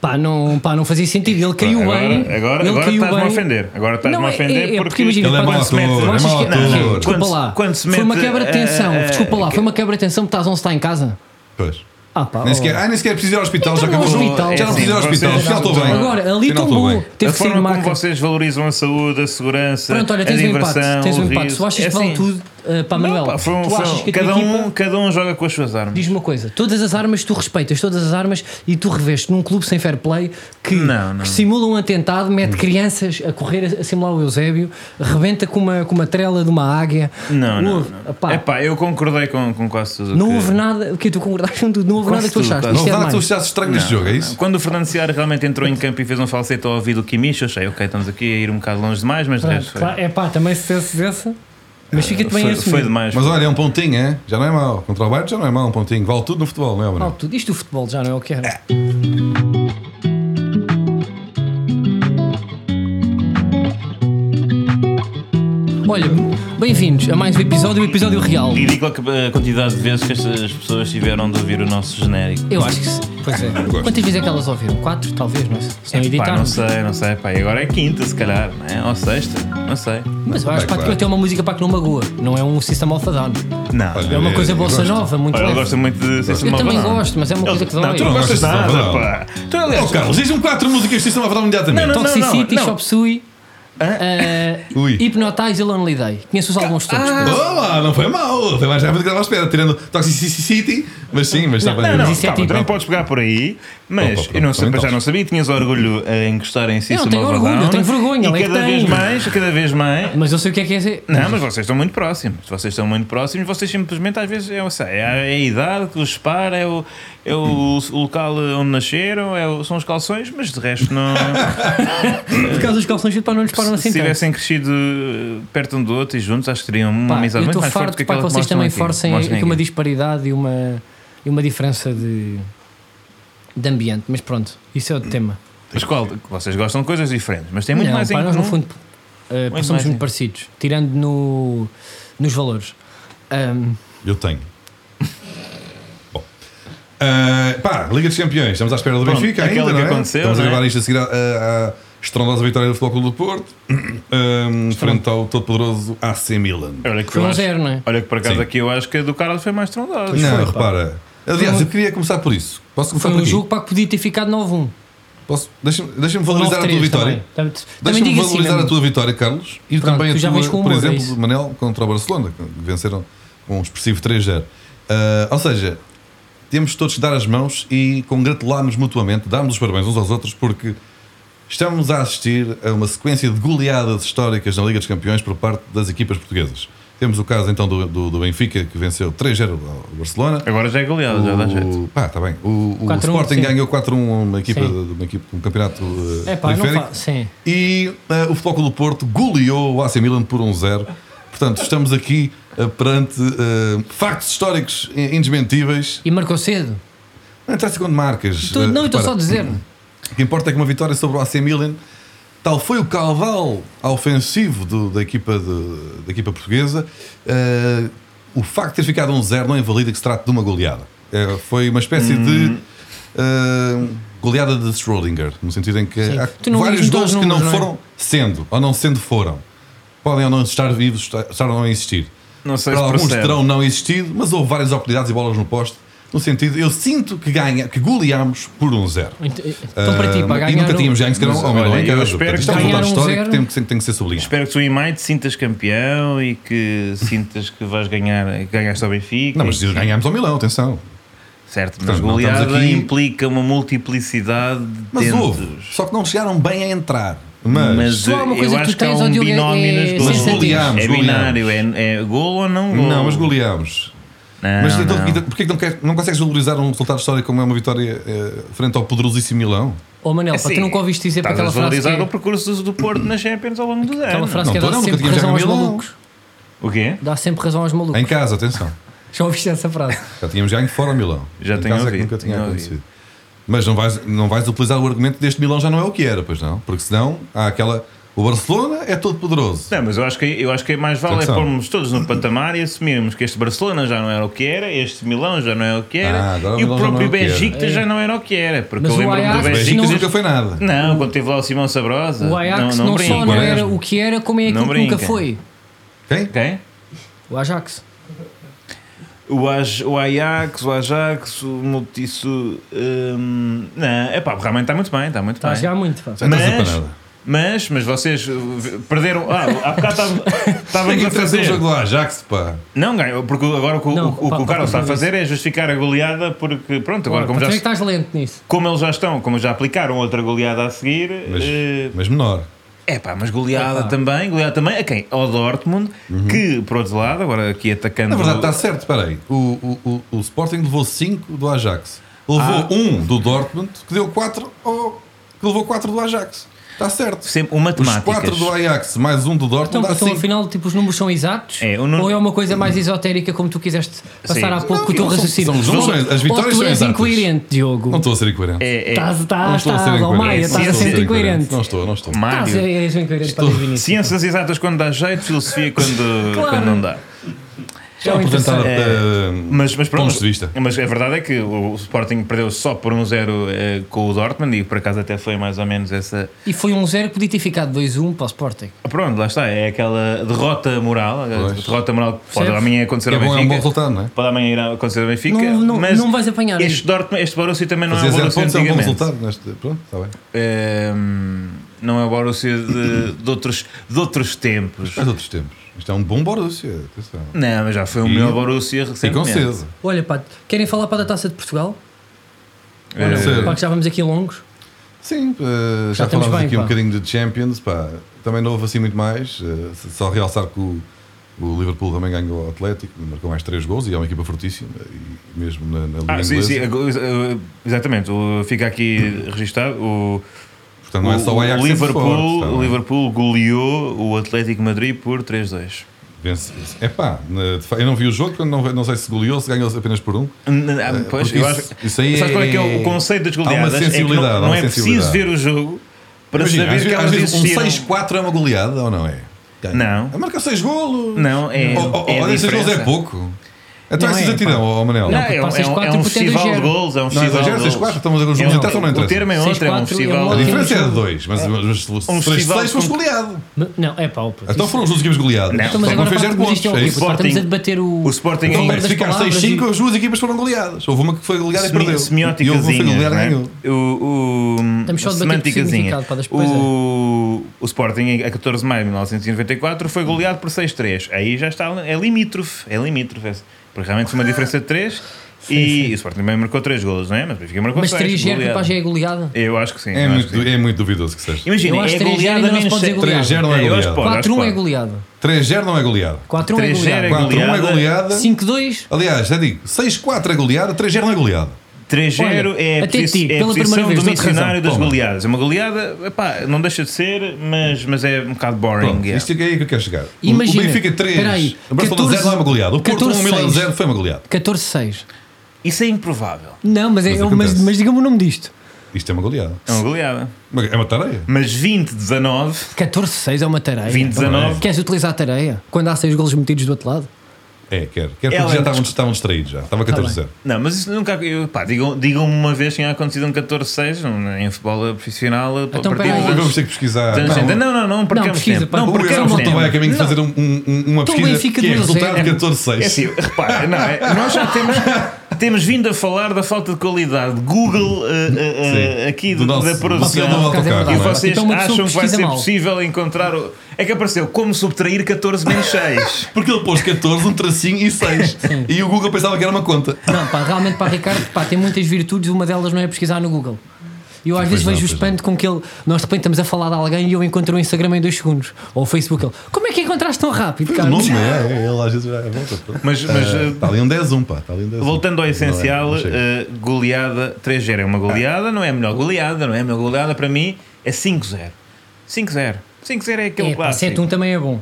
Speaker 3: Pá, não, pá, não fazia sentido. Ele caiu
Speaker 1: agora,
Speaker 3: bem.
Speaker 1: Agora,
Speaker 3: ele
Speaker 1: agora
Speaker 3: caiu
Speaker 1: estás-me a
Speaker 3: bem.
Speaker 1: ofender. Agora estás-me
Speaker 3: Não,
Speaker 1: a
Speaker 3: é-
Speaker 1: ofender
Speaker 3: é- é
Speaker 1: porque,
Speaker 3: porque imagina,
Speaker 2: Ele é
Speaker 3: pá,
Speaker 2: mau
Speaker 3: se
Speaker 2: ator,
Speaker 3: mete-
Speaker 2: é
Speaker 3: achas
Speaker 2: mau
Speaker 3: que- não,
Speaker 2: ator.
Speaker 3: não, Desculpa
Speaker 1: Quando se-
Speaker 3: lá.
Speaker 1: quando se
Speaker 3: foi uma
Speaker 1: mete,
Speaker 3: quebra de
Speaker 1: eh,
Speaker 3: tensão.
Speaker 1: eh,
Speaker 3: desculpa lá, foi uma quebra de tensão. Estás onde está em casa?
Speaker 2: Pois.
Speaker 3: Ah, pá.
Speaker 2: Nem
Speaker 3: oh.
Speaker 2: sequer, ah, nem sequer preciso ir ao hospital,
Speaker 3: Então
Speaker 2: já
Speaker 3: não,
Speaker 2: acabou.
Speaker 3: hospital.
Speaker 2: Já não
Speaker 3: É
Speaker 2: preciso ir ao
Speaker 1: assim,
Speaker 2: hospital,
Speaker 1: vocês-
Speaker 2: já estou bem.
Speaker 3: Agora, ali
Speaker 2: Afinal,
Speaker 3: tão
Speaker 2: estou
Speaker 3: bom.
Speaker 2: bem.
Speaker 3: Teve
Speaker 1: a
Speaker 3: que sair
Speaker 1: forma como
Speaker 3: maca.
Speaker 1: vocês valorizam a saúde, a segurança,
Speaker 3: Pronto, olha,
Speaker 1: a
Speaker 3: tens um
Speaker 1: diversão,
Speaker 3: empate. Tens um
Speaker 1: o
Speaker 3: empate.
Speaker 1: riso.
Speaker 3: Tu achas
Speaker 1: É
Speaker 3: que vale
Speaker 1: assim.
Speaker 3: tudo eh, para
Speaker 1: Não,
Speaker 3: Manuel?
Speaker 1: pá, foi um-
Speaker 3: tu
Speaker 1: foi
Speaker 3: achas
Speaker 1: um-
Speaker 3: que a tua
Speaker 1: cada, um,
Speaker 3: equipa-
Speaker 1: cada um joga com as suas armas.
Speaker 3: Diz-me uma coisa, todas as armas tu respeitas, todas as armas e tu reveste num clube sem fair play que
Speaker 1: Não, não.
Speaker 3: simula um atentado, mete crianças a correr a simular o Eusébio, rebenta com uma, com uma trela de uma águia.
Speaker 1: Não, não.
Speaker 3: Houve-
Speaker 1: não.
Speaker 3: Epá,
Speaker 1: Epá, eu concordei com, com quase tudo. o
Speaker 3: não
Speaker 1: que-
Speaker 3: houve nada, o que tu concordaste com tudo, não houve
Speaker 1: Quase
Speaker 3: nada que tu
Speaker 1: tudo,
Speaker 3: achaste.
Speaker 1: quase
Speaker 2: Não
Speaker 3: Isto é
Speaker 2: dá que tu
Speaker 3: demais.
Speaker 2: achaste estranho neste jogo, é isso?
Speaker 1: Quando o Fernando Seara realmente entrou em campo e fez um falsete ao ouvido do Kimish, eu achei, ok, estamos aqui a ir um bocado longe demais, mas de resto foi,
Speaker 3: Claro, é pá, também se tivesse essa, mas fica-te bem
Speaker 1: foi,
Speaker 3: esse
Speaker 1: foi demais.
Speaker 2: Mas olha, é um pontinho, é? Já não é mau. Contra o Bayern já não é mau, um pontinho. Vale tudo no futebol, não é, Manuel?
Speaker 3: tudo isto do futebol já não é o que era. Olha, bem-vindos a mais um episódio, o episódio real.
Speaker 1: Ridícula que- a quantidade de vezes que estas pessoas tiveram de ouvir o nosso genérico.
Speaker 3: Eu acho que se- Pois é.
Speaker 2: gosto.
Speaker 3: Quantas vezes é que elas ouviram? Quatro, talvez, não sei. Se não
Speaker 1: É Pá, não
Speaker 3: editarmos.
Speaker 1: sei, não sei. Pá, e agora é quinta, se calhar, não é? ou sexta, não sei.
Speaker 3: Mas eu
Speaker 1: É
Speaker 2: Vai,
Speaker 3: acho pá,
Speaker 2: vai.
Speaker 3: que tem uma música para que não magoa. Não é um System of a Down.
Speaker 1: Não.
Speaker 2: Olha,
Speaker 3: É uma
Speaker 2: eu-
Speaker 3: coisa
Speaker 2: eu
Speaker 3: bolsa
Speaker 2: gosto.
Speaker 3: nova, muito
Speaker 1: Olha, ele
Speaker 3: leve.
Speaker 1: gosta muito de System
Speaker 3: é. Eu
Speaker 1: of a
Speaker 3: também
Speaker 1: Down.
Speaker 3: gosto, mas é uma
Speaker 1: Ele-
Speaker 3: coisa que dói.
Speaker 1: Não, tu não gostas de
Speaker 2: Não
Speaker 1: nada,
Speaker 2: gostas de
Speaker 1: pá. Tu, aliás,
Speaker 2: Oh, Carlos, diz-me quatro músicas que estão a falar imediatamente.
Speaker 1: Não, não.
Speaker 3: Toxicity,
Speaker 1: não. É.
Speaker 3: Shop Sui, uh,
Speaker 2: Ui.
Speaker 3: Hypnotize e Lonely Day. Conheço os álbuns todos.
Speaker 1: Ah,
Speaker 3: pá.
Speaker 2: Olá, Então, não foi mal. Foi mais rápido que estava à espera, tirando Toxicity. Mas sim, mas está bem.
Speaker 1: Não, não,
Speaker 3: Mas isso é
Speaker 1: calma,
Speaker 3: tipo- então.
Speaker 1: também podes pegar por aí, mas
Speaker 2: Opa, pronto,
Speaker 1: eu não sei,
Speaker 2: também
Speaker 1: mas já
Speaker 2: posso.
Speaker 1: não sabia, tinhas orgulho eh, em encostar em si
Speaker 3: Eu não tenho orgulho, eu tenho
Speaker 1: E
Speaker 3: vergonha, ele é que
Speaker 1: cada vez
Speaker 3: tem.
Speaker 1: mais, cada vez mais.
Speaker 3: Mas eu sei o que é que é esse.
Speaker 1: Não, mas vocês estão muito próximos. Vocês estão muito próximos. Vocês simplesmente, às vezes, eu sei, é a, é a idade que os separa, é, o, é o, o local onde nasceram, é o- são os calções, mas de resto não.
Speaker 3: Por causa dos calções de pá, não lhes param
Speaker 1: se
Speaker 3: assim tanto.
Speaker 1: tivessem crescido eh, perto um do outro e juntos, acho que teriam uma
Speaker 3: Pá,
Speaker 1: amizade
Speaker 3: eu
Speaker 1: muito
Speaker 3: estou
Speaker 1: mais forte
Speaker 3: farto
Speaker 1: do que
Speaker 3: de pá,
Speaker 1: aquela
Speaker 3: que
Speaker 1: que
Speaker 3: vocês
Speaker 1: mostram
Speaker 3: também
Speaker 1: aqui.
Speaker 3: forcem
Speaker 1: Mostram
Speaker 3: aqui uma
Speaker 1: aqui.
Speaker 3: disparidade e uma, e uma diferença de, de ambiente. Mas pronto, isso é outro tema.
Speaker 1: Mas qual? Vocês gostam de coisas diferentes, mas tem É muito
Speaker 3: não,
Speaker 1: mais
Speaker 3: pá,
Speaker 1: em
Speaker 3: nós no
Speaker 1: comum.
Speaker 3: fundo eh,
Speaker 1: Muito
Speaker 3: somos
Speaker 1: mais
Speaker 3: muito
Speaker 1: em-
Speaker 3: parecidos, tirando no, nos valores. Ahm,
Speaker 2: Eu tenho. Bom. Ah, pá, Liga dos Campeões. Estamos à espera do
Speaker 1: Pronto,
Speaker 2: Benfica
Speaker 1: aquela
Speaker 2: ainda,
Speaker 1: que
Speaker 2: não é?
Speaker 1: aconteceu,
Speaker 2: Estamos a
Speaker 1: não é?
Speaker 2: gravar isto a seguir à, à, à estrondosa vitória do Futebol Clube do Porto ah, frente ao todo-poderoso AC Milan.
Speaker 1: Olha que
Speaker 3: Foi
Speaker 1: eu
Speaker 3: um
Speaker 1: acho-
Speaker 3: zero, não é?
Speaker 1: Olha que por acaso
Speaker 2: Sim.
Speaker 1: aqui eu acho que a do Carlos foi mais trondosa.
Speaker 2: não,
Speaker 3: foi, pá.
Speaker 2: repara. Aliás,
Speaker 3: Foi um-
Speaker 2: eu queria começar por isso. Posso começar
Speaker 3: foi
Speaker 2: por
Speaker 3: um
Speaker 2: aqui?
Speaker 3: jogo para que podia ter ficado 9-1.
Speaker 2: Posso? Deixa-me deixa-me valorizar a
Speaker 3: 9-3
Speaker 2: tua vitória.
Speaker 3: também. Também- Também
Speaker 2: Deixa-me
Speaker 3: diga assim.
Speaker 2: valorizar a
Speaker 3: mesmo.
Speaker 2: tua vitória, Carlos, e
Speaker 3: Pronto,
Speaker 2: também a
Speaker 3: tu já
Speaker 2: tua,
Speaker 3: vens com
Speaker 2: por
Speaker 3: humor, é
Speaker 2: exemplo,
Speaker 3: isso.
Speaker 2: do Manel contra o Barcelona, que venceram com um expressivo 3-0. Ah, ou seja, temos todos que dar as mãos e congratular-nos mutuamente, darmos os parabéns uns aos outros, porque estamos a assistir a uma sequência de goleadas históricas na Liga dos Campeões por parte das equipas portuguesas. Temos o caso então do, do, do Benfica, que venceu 3-0 ao Barcelona.
Speaker 1: Agora já é goleado, já dá jeito.
Speaker 2: O, pá, tá bem. O, o
Speaker 3: 4-1,
Speaker 2: Sporting
Speaker 3: sim.
Speaker 2: ganhou 4-1 a uma equipa,
Speaker 3: Sim.
Speaker 2: de, uma equipa de um campeonato uh,
Speaker 3: É pá, não
Speaker 2: periférico.
Speaker 3: fa- Sim.
Speaker 2: E eh, o Futebol Clube do Porto goleou o AC Milan por 1-0. Portanto, estamos aqui eh, perante eh, factos históricos in- indesmentíveis.
Speaker 3: E marcou cedo.
Speaker 2: Não interessa quando marcas.
Speaker 3: Tu-
Speaker 2: eh,
Speaker 3: Então, não, eu estou
Speaker 2: repara,
Speaker 3: só a dizer.
Speaker 2: O que importa é que uma vitória sobre o AC Milan tal foi o caudal ofensivo do- da, equipa de- da equipa portuguesa. eh, o facto de ter ficado 1-0 não invalida que se trate de uma goleada. Eh, foi uma espécie
Speaker 3: Hum.
Speaker 2: de. eh, goleada de Schrödinger, no sentido em que
Speaker 3: Sim.
Speaker 2: há
Speaker 3: Tu não
Speaker 2: vários
Speaker 3: ligas muito aos
Speaker 2: gols que não
Speaker 3: números, não é?
Speaker 2: foram sendo ou não sendo foram. Podem ou não estar vivos, estar estar ou não a existir.
Speaker 1: Não sei
Speaker 2: Para
Speaker 1: se
Speaker 2: alguns
Speaker 1: procede.
Speaker 2: terão não existido, mas houve várias oportunidades e bolas no poste. No sentido, eu sinto que ganha, que goleámos por um zero.
Speaker 3: Então então para ti,
Speaker 2: Ah,
Speaker 3: para ganhar.
Speaker 2: E nunca
Speaker 3: um-
Speaker 2: tínhamos ganho, se calhar,
Speaker 1: Mas,
Speaker 2: ao menos
Speaker 1: olha,
Speaker 2: não em
Speaker 1: eu
Speaker 2: casa.
Speaker 1: espero
Speaker 2: Portanto,
Speaker 1: que
Speaker 2: Isto é um resultado
Speaker 3: ganhar um
Speaker 2: histórico
Speaker 3: zero.
Speaker 2: que tem que ser- tem que ser sublinhado.
Speaker 1: Espero que tu em maio te sintas campeão e que sintas que vais ganhar, que ganhaste ao Benfica.
Speaker 2: Não, mas ganhámos ao Milão, atenção.
Speaker 1: Certo, mas
Speaker 2: Portanto, não
Speaker 1: goleada
Speaker 2: estamos aqui-
Speaker 1: implica uma multiplicidade de
Speaker 2: Mas
Speaker 1: tentos.
Speaker 2: houve, só que não chegaram bem a entrar. Mas,
Speaker 1: Mas
Speaker 3: Só há uma
Speaker 1: eh,
Speaker 3: coisa
Speaker 1: eu
Speaker 3: que
Speaker 1: acho
Speaker 3: tu
Speaker 1: que há
Speaker 3: tens, ó,
Speaker 1: um
Speaker 3: Diogo, é-
Speaker 1: binómio nas
Speaker 3: é
Speaker 1: golas.
Speaker 2: Mas goleámos,
Speaker 1: É binário, é, é gol ou não gol.
Speaker 2: não, mas goleámos.
Speaker 1: Não,
Speaker 2: Mas então,
Speaker 1: Ah, não.
Speaker 2: então, porquê que não, quer, não consegues valorizar um resultado histórico como é uma vitória eh, frente ao poderosíssimo Milão?
Speaker 3: Ô Manel,
Speaker 1: É
Speaker 3: pá,
Speaker 1: assim,
Speaker 3: tu nunca ouviste dizer para
Speaker 1: Estás
Speaker 3: aquela
Speaker 1: a
Speaker 3: frase. Que
Speaker 1: valorizar
Speaker 3: é,
Speaker 1: o percurso do- do Porto nas Champions ao longo dos
Speaker 3: aquela
Speaker 1: anos.
Speaker 3: frase
Speaker 2: Não,
Speaker 3: que é
Speaker 2: tu
Speaker 3: dá
Speaker 2: não, nunca
Speaker 3: sempre
Speaker 2: tínhamos
Speaker 3: razão aos
Speaker 2: ganho a Milão.
Speaker 3: malucos.
Speaker 1: O quê?
Speaker 3: Dá sempre razão aos
Speaker 2: Em
Speaker 3: malucos.
Speaker 2: casa, atenção.
Speaker 3: Já ouviste essa frase?
Speaker 2: Já tínhamos ganho fora ao Milão.
Speaker 1: Já
Speaker 2: em
Speaker 1: tenho
Speaker 2: casa é que
Speaker 1: ouvido,
Speaker 2: nunca tinha
Speaker 1: tenho
Speaker 2: acontecido. Mas não vais, não vais utilizar o argumento deste Milão já não é o que era, pois não? Porque senão há aquela. O Barcelona é todo poderoso.
Speaker 1: Não, mas eu acho que, eu acho que mais vale
Speaker 2: Atenção.
Speaker 1: é pormos todos no patamar e assumirmos que este Barcelona já não era o que era, este Milão já não é o que
Speaker 2: Ah,
Speaker 1: era
Speaker 2: agora
Speaker 1: e o
Speaker 2: o Milão já
Speaker 1: próprio
Speaker 2: não é o que era.
Speaker 1: Benfica já não era o que era. Porque
Speaker 3: Mas
Speaker 1: eu
Speaker 3: o
Speaker 1: lembro-me do
Speaker 3: Ajax
Speaker 2: O
Speaker 1: Benfica.
Speaker 2: Benfica nunca
Speaker 1: desde-
Speaker 2: foi nada.
Speaker 1: Não, quando teve lá o Simão Sabrosa.
Speaker 3: O Ajax não,
Speaker 1: brinca.
Speaker 3: só não era
Speaker 2: Quaresma.
Speaker 3: o que era, como é
Speaker 1: Não
Speaker 3: aquilo que nunca
Speaker 1: brinca.
Speaker 3: foi.
Speaker 2: Quem?
Speaker 1: Quem?
Speaker 3: O Ajax.
Speaker 1: O, Aj- o Ajax, o Ajax, o Multisso. hum, não, é pá, realmente está muito bem, está muito
Speaker 2: É.
Speaker 3: Está a
Speaker 1: bem.
Speaker 3: jogar tá muito. pá.
Speaker 2: Já Então, não sei para
Speaker 1: é
Speaker 2: nada.
Speaker 1: mas, mas vocês uh, v- perderam. Ah, há bocado estava-
Speaker 2: Tem
Speaker 1: estávamos
Speaker 2: que
Speaker 1: a
Speaker 2: trazer o
Speaker 1: fazer.
Speaker 2: jogo do Ajax, um pá.
Speaker 1: Não ganhou, porque agora o, que o-
Speaker 3: Não,
Speaker 1: o que
Speaker 3: pá,
Speaker 1: o
Speaker 3: pá,
Speaker 1: Carlos
Speaker 3: pá,
Speaker 1: está a
Speaker 3: pá,
Speaker 1: fazer é justificar a goleada, porque pronto, agora
Speaker 3: Olha,
Speaker 1: como,
Speaker 3: pá,
Speaker 1: já,
Speaker 3: tu é que
Speaker 1: se-
Speaker 3: estás lento nisso.
Speaker 1: como eles já estão, como já aplicaram outra goleada a seguir,
Speaker 2: Mas,
Speaker 1: eh,
Speaker 2: mas menor.
Speaker 1: é pá, mas goleada
Speaker 3: Epá.
Speaker 1: também, goleada também a quem? Ao Dortmund, que por outro lado, agora aqui atacando.
Speaker 2: Uhum. Na verdade está certo, espera aí. O, o, o, o Sporting levou 5 do
Speaker 1: Ah.
Speaker 2: Ajax. Levou 1 um do Dortmund, que deu 4 ao... que levou 4 do Ajax. Está certo.
Speaker 1: Sempre um
Speaker 2: Os
Speaker 1: matemáticas.
Speaker 2: quatro do Ajax mais um do
Speaker 3: Então,
Speaker 2: Dortmund dá
Speaker 3: então
Speaker 2: cinco.
Speaker 3: afinal, tipo, os números são exatos?
Speaker 1: É, o nu-
Speaker 3: Ou é uma coisa mais esotérica, como tu quiseste passar
Speaker 1: Sim.
Speaker 3: há pouco
Speaker 2: Não,
Speaker 3: com o teu
Speaker 2: não, são-
Speaker 3: raciocínio?
Speaker 2: são os números,
Speaker 3: Ou-
Speaker 2: as
Speaker 3: ou
Speaker 2: vitórias
Speaker 3: tu
Speaker 2: são
Speaker 3: és
Speaker 2: exatas.
Speaker 3: incoerente, Diogo.
Speaker 2: Não estou a ser incoerente.
Speaker 1: É, é,
Speaker 3: Estás,
Speaker 2: não
Speaker 3: estás,
Speaker 2: estou a ser
Speaker 3: estás, Almaia,
Speaker 2: incoerente.
Speaker 3: estás a
Speaker 2: Não estou
Speaker 3: ser
Speaker 1: Ciência-
Speaker 3: incoerente.
Speaker 2: Não estou, não estou.
Speaker 3: Estás,
Speaker 1: Mário.
Speaker 3: és um incoerente para o Vinícius.
Speaker 1: Ciências exatas quando dá jeito, filosofia quando,
Speaker 3: Claro.
Speaker 1: quando não dá.
Speaker 3: Já é um
Speaker 2: apresentar
Speaker 3: interessante.
Speaker 2: eh,
Speaker 1: Mas, mas pronto,
Speaker 2: pontos de vista.
Speaker 1: Mas a verdade é que o Sporting perdeu só por 1-0 eh, com o Dortmund e por acaso até foi mais ou menos essa.
Speaker 3: E foi um zero que podia ter ficado 2-1 para o Sporting.
Speaker 1: Ah, Pronto, lá está, é aquela derrota moral, a
Speaker 2: Pois.
Speaker 1: derrota moral que pode
Speaker 3: Percebes?
Speaker 1: amanhã acontecer
Speaker 2: É
Speaker 1: ao
Speaker 2: bom,
Speaker 1: Benfica.
Speaker 2: é um bom resultado, não é?
Speaker 1: Pode amanhã ir a- acontecer ao Benfica,
Speaker 3: Não- não-
Speaker 1: mas
Speaker 3: não vais apanhar
Speaker 1: Este Dortmund, este Borussia também não
Speaker 2: Fazer
Speaker 1: é o
Speaker 2: zero
Speaker 1: Borussia
Speaker 2: pontos é um bom
Speaker 1: antigamente.
Speaker 2: resultado. neste- Pronto, está bem.
Speaker 1: Eh, não é o Borussia de, de outros, de outros tempos.
Speaker 2: Mas outros tempos. Isto é um bom Borussia. Atenção.
Speaker 1: Não, mas já foi o
Speaker 2: E-
Speaker 1: melhor Borussia
Speaker 2: E com
Speaker 1: recentemente.
Speaker 2: certeza.
Speaker 3: Olha, pá, querem falar para a taça de Portugal? Ou
Speaker 1: Eh,
Speaker 3: não?
Speaker 2: Sim.
Speaker 3: Pá, que já vamos aqui longos.
Speaker 2: Sim, eh, já,
Speaker 3: Já estamos
Speaker 2: falámos
Speaker 3: bem,
Speaker 2: aqui
Speaker 3: pá.
Speaker 2: um bocadinho de Champions, pá, também não houve assim muito mais, eh, só realçar que o, o Liverpool também ganhou ao Atlético, marcou mais 3 gols e é uma equipa fortíssima, e mesmo na, na Liga
Speaker 1: Ah, sim,
Speaker 2: Inglesa,
Speaker 1: sim, agora, eh, exatamente. o- Fica aqui registado. O,
Speaker 2: portanto não é só o Ajax sempre
Speaker 1: Liverpool,
Speaker 2: forte, tá
Speaker 1: o
Speaker 2: bem?
Speaker 1: Liverpool goleou o Atlético Madrid por 3-2.
Speaker 2: Vence- é pá, na- de fa- eu não vi o jogo, portanto, não, não sei se goleou ou se ganhou apenas por um,
Speaker 1: N- n- ah, Pois,
Speaker 2: porque
Speaker 1: eu
Speaker 2: isso-
Speaker 1: acho,
Speaker 2: isso aí
Speaker 1: sabes qual é que é o
Speaker 2: é-
Speaker 1: conceito das
Speaker 2: há uma
Speaker 1: goleadas? É que
Speaker 2: sensibilidade,
Speaker 1: não
Speaker 2: há
Speaker 1: não
Speaker 2: uma
Speaker 1: é preciso
Speaker 2: sensibilidade.
Speaker 1: ver o jogo para
Speaker 2: Imagina, às
Speaker 1: saber que
Speaker 2: vezes-
Speaker 1: elas
Speaker 2: às vezes um
Speaker 1: existiram.
Speaker 2: 6-4 é uma goleada ou não é? Ganha.
Speaker 1: Não.
Speaker 2: Marca 6 golos!
Speaker 1: Não, é-
Speaker 2: Oh, oh,
Speaker 1: é a
Speaker 2: Olha, 6 golos é
Speaker 1: diferença.
Speaker 2: pouco! Então
Speaker 3: Não
Speaker 2: é
Speaker 3: é,
Speaker 2: 6
Speaker 3: pá.
Speaker 2: não, ó Manel.
Speaker 1: Não,
Speaker 3: porque
Speaker 1: é, um-
Speaker 3: para
Speaker 1: é, um-
Speaker 3: 6-4
Speaker 1: é um
Speaker 3: tipo tem dois
Speaker 1: festival de
Speaker 3: zero.
Speaker 1: gols, é um
Speaker 2: Não é
Speaker 1: festival de
Speaker 2: 2-0,
Speaker 1: gols.
Speaker 2: 6-4, estamos a ver os números,
Speaker 1: É um-
Speaker 2: então não
Speaker 1: O
Speaker 2: interessa.
Speaker 1: termo é outro, é
Speaker 3: 6-4 é
Speaker 1: um
Speaker 3: um
Speaker 1: festival
Speaker 2: A
Speaker 3: ótimo
Speaker 1: de
Speaker 2: diferença é
Speaker 3: jogo.
Speaker 2: de dois, mas mas se
Speaker 1: Um
Speaker 2: fosse três
Speaker 1: festival
Speaker 2: seis foste
Speaker 1: com-
Speaker 2: goleado.
Speaker 3: Mas- Não, é pá, opa.
Speaker 2: Então foram os últimos goleados.
Speaker 1: Não.
Speaker 2: Só um
Speaker 3: Então, mas agora
Speaker 2: fez zero
Speaker 3: pá, isto é
Speaker 2: pontos.
Speaker 3: horrível.
Speaker 2: É isso.
Speaker 1: Sporting-
Speaker 3: Estamos a debater o.
Speaker 1: O Sporting
Speaker 3: o
Speaker 1: é
Speaker 2: Então,
Speaker 1: Sporting
Speaker 2: para
Speaker 3: valor
Speaker 1: das
Speaker 3: das
Speaker 2: ficar
Speaker 3: palavras
Speaker 2: 6-5,
Speaker 3: e-
Speaker 2: as duas equipas foram goleadas. Houve uma que foi goleada e
Speaker 1: Semi-
Speaker 2: perdeu. E houve uma que foi um.
Speaker 1: Semióticazinha.
Speaker 2: goleada e
Speaker 1: né?
Speaker 2: ganhou.
Speaker 1: O, o,
Speaker 3: Estamos só a debater
Speaker 1: semânticazinha.
Speaker 3: por significado, pá, das- pois é.
Speaker 1: o, o Sporting, a 14 de maio de 1994, foi goleado por 6-3. Aí já está, é limítrofe. É limítrofe. é- Porque realmente foi uma diferença de 3. e o Sporting também marcou 3 golos, não é? Mas o Benfica marcou
Speaker 3: Mas
Speaker 1: 6.
Speaker 3: 3-0 pá, já é goleada.
Speaker 1: Eu acho que sim.
Speaker 2: É
Speaker 1: eu acho
Speaker 2: muito,
Speaker 1: que sim.
Speaker 2: é muito duvidoso que seja.
Speaker 1: Imagina,
Speaker 3: Eu acho
Speaker 1: é
Speaker 3: que 3-0
Speaker 1: goleada
Speaker 3: ainda não se
Speaker 1: menos
Speaker 3: pode dizer
Speaker 1: 7.
Speaker 2: 3-0
Speaker 3: goleada.
Speaker 2: não é
Speaker 1: É, eu acho
Speaker 2: goleada.
Speaker 1: que pode.
Speaker 3: 4-1 é goleada.
Speaker 2: 3-0 não é goleada.
Speaker 3: 4-1 é
Speaker 1: 3-0 é
Speaker 3: goleada.
Speaker 2: 4-1 é goleada.
Speaker 3: 5-2.
Speaker 2: Aliás, já digo, 6-4 é goleada, 3-0 não é goleada.
Speaker 1: 3-0
Speaker 3: Olha,
Speaker 1: é a,
Speaker 3: até
Speaker 1: posi
Speaker 3: ti,
Speaker 1: é a
Speaker 3: pela
Speaker 1: posição
Speaker 3: primeira vez,
Speaker 1: do
Speaker 3: dou-te
Speaker 1: missionário
Speaker 3: razão.
Speaker 1: das
Speaker 2: Toma.
Speaker 1: goleadas. É uma goleada, epá, não deixa de ser, mas, mas é um bocado boring.
Speaker 2: Pronto,
Speaker 1: yeah.
Speaker 2: isto é aí que eu quero chegar. O-
Speaker 3: Imagina,
Speaker 2: o Benfica 3,
Speaker 3: espera aí,
Speaker 2: o Barcelona 0
Speaker 3: 14,
Speaker 2: não é uma goleada. O Porto 1,
Speaker 3: 14-6.
Speaker 2: Milan 0 foi uma goleada.
Speaker 3: 14-6.
Speaker 1: Isso é improvável.
Speaker 3: Não, mas, é,
Speaker 2: Mas
Speaker 3: mas,
Speaker 2: acontece.
Speaker 3: mas diga-me o nome disto.
Speaker 2: Isto é uma goleada.
Speaker 1: É uma goleada.
Speaker 2: Uma- É uma tareia.
Speaker 1: Mas 20-19,
Speaker 3: 14-6 é uma tareia.
Speaker 1: 20-19,
Speaker 3: Queres utilizar a tareia? Quando há 6 golos metidos do outro lado?
Speaker 2: É, quero. Quero
Speaker 1: Ela
Speaker 2: porque
Speaker 1: é
Speaker 2: já estavam, estavam distraídos já.
Speaker 3: Tá
Speaker 2: Estava 14-0.
Speaker 1: não, mas isso nunca. eu- Pá, digam- digam-me uma vez que tinha acontecido um 14-6 num- em futebol profissional. a
Speaker 3: Então,
Speaker 1: partir
Speaker 3: peraí.
Speaker 1: dos
Speaker 2: Vamos-
Speaker 1: anos-
Speaker 2: Vamos ter que pesquisar.
Speaker 1: dos anos 80.
Speaker 2: Não,
Speaker 1: Não, um não, não, percamos
Speaker 3: pesquisa,
Speaker 1: tempo.
Speaker 3: pá.
Speaker 1: Não,
Speaker 2: O Emerson
Speaker 1: percamos
Speaker 2: também é a
Speaker 1: tempo.
Speaker 2: caminho de fazer um- um- um- uma
Speaker 3: Então o
Speaker 2: pesquisa
Speaker 3: Benfica
Speaker 2: que é
Speaker 3: do
Speaker 2: resultado
Speaker 3: zero.
Speaker 2: de 14
Speaker 1: É assim, repara, não é? Nós já temos, temos vindo a falar da falta de qualidade. Google eh, eh, eh,
Speaker 2: Sim,
Speaker 1: aqui
Speaker 2: do
Speaker 1: da-
Speaker 2: nosso-
Speaker 1: da
Speaker 2: do
Speaker 1: produção.
Speaker 2: nosso
Speaker 3: autocarro,
Speaker 1: E
Speaker 3: não é?
Speaker 1: vocês
Speaker 3: Então uma pessoa
Speaker 1: acham que vai
Speaker 3: pesquisa
Speaker 1: ser
Speaker 3: mal.
Speaker 1: possível encontrar o. É que apareceu como subtrair 14 menos 6.
Speaker 2: Porque ele pôs 14, um tracinho e 6. e o Google pensava que era uma conta.
Speaker 3: Não, pá, realmente para Ricardo, pá, tem muitas virtudes, uma delas não é pesquisar no Google. E eu às
Speaker 2: Pois
Speaker 3: vezes
Speaker 2: não,
Speaker 3: vejo o
Speaker 2: pois não.
Speaker 3: espanto com que ele. Nós de repente estamos a falar de alguém e eu encontro o Instagram em dois segundos. Ou o Facebook. Ele, como é que encontraste tão rápido, cara?
Speaker 2: Não, não é, é, ele às vezes já volta. pronto.
Speaker 1: Mas- mas,
Speaker 2: Ah,
Speaker 1: eh,
Speaker 2: está ali um 10-1, pá. Está ali um 10
Speaker 1: Voltando ao essencial, eh, goleada 3-0 é uma goleada, não é a melhor goleada, não é a melhor goleada para mim, é 5-0. 5-0. 5-0 é aquele
Speaker 3: É, pá,
Speaker 1: clássico.
Speaker 3: 7-1 também é bom.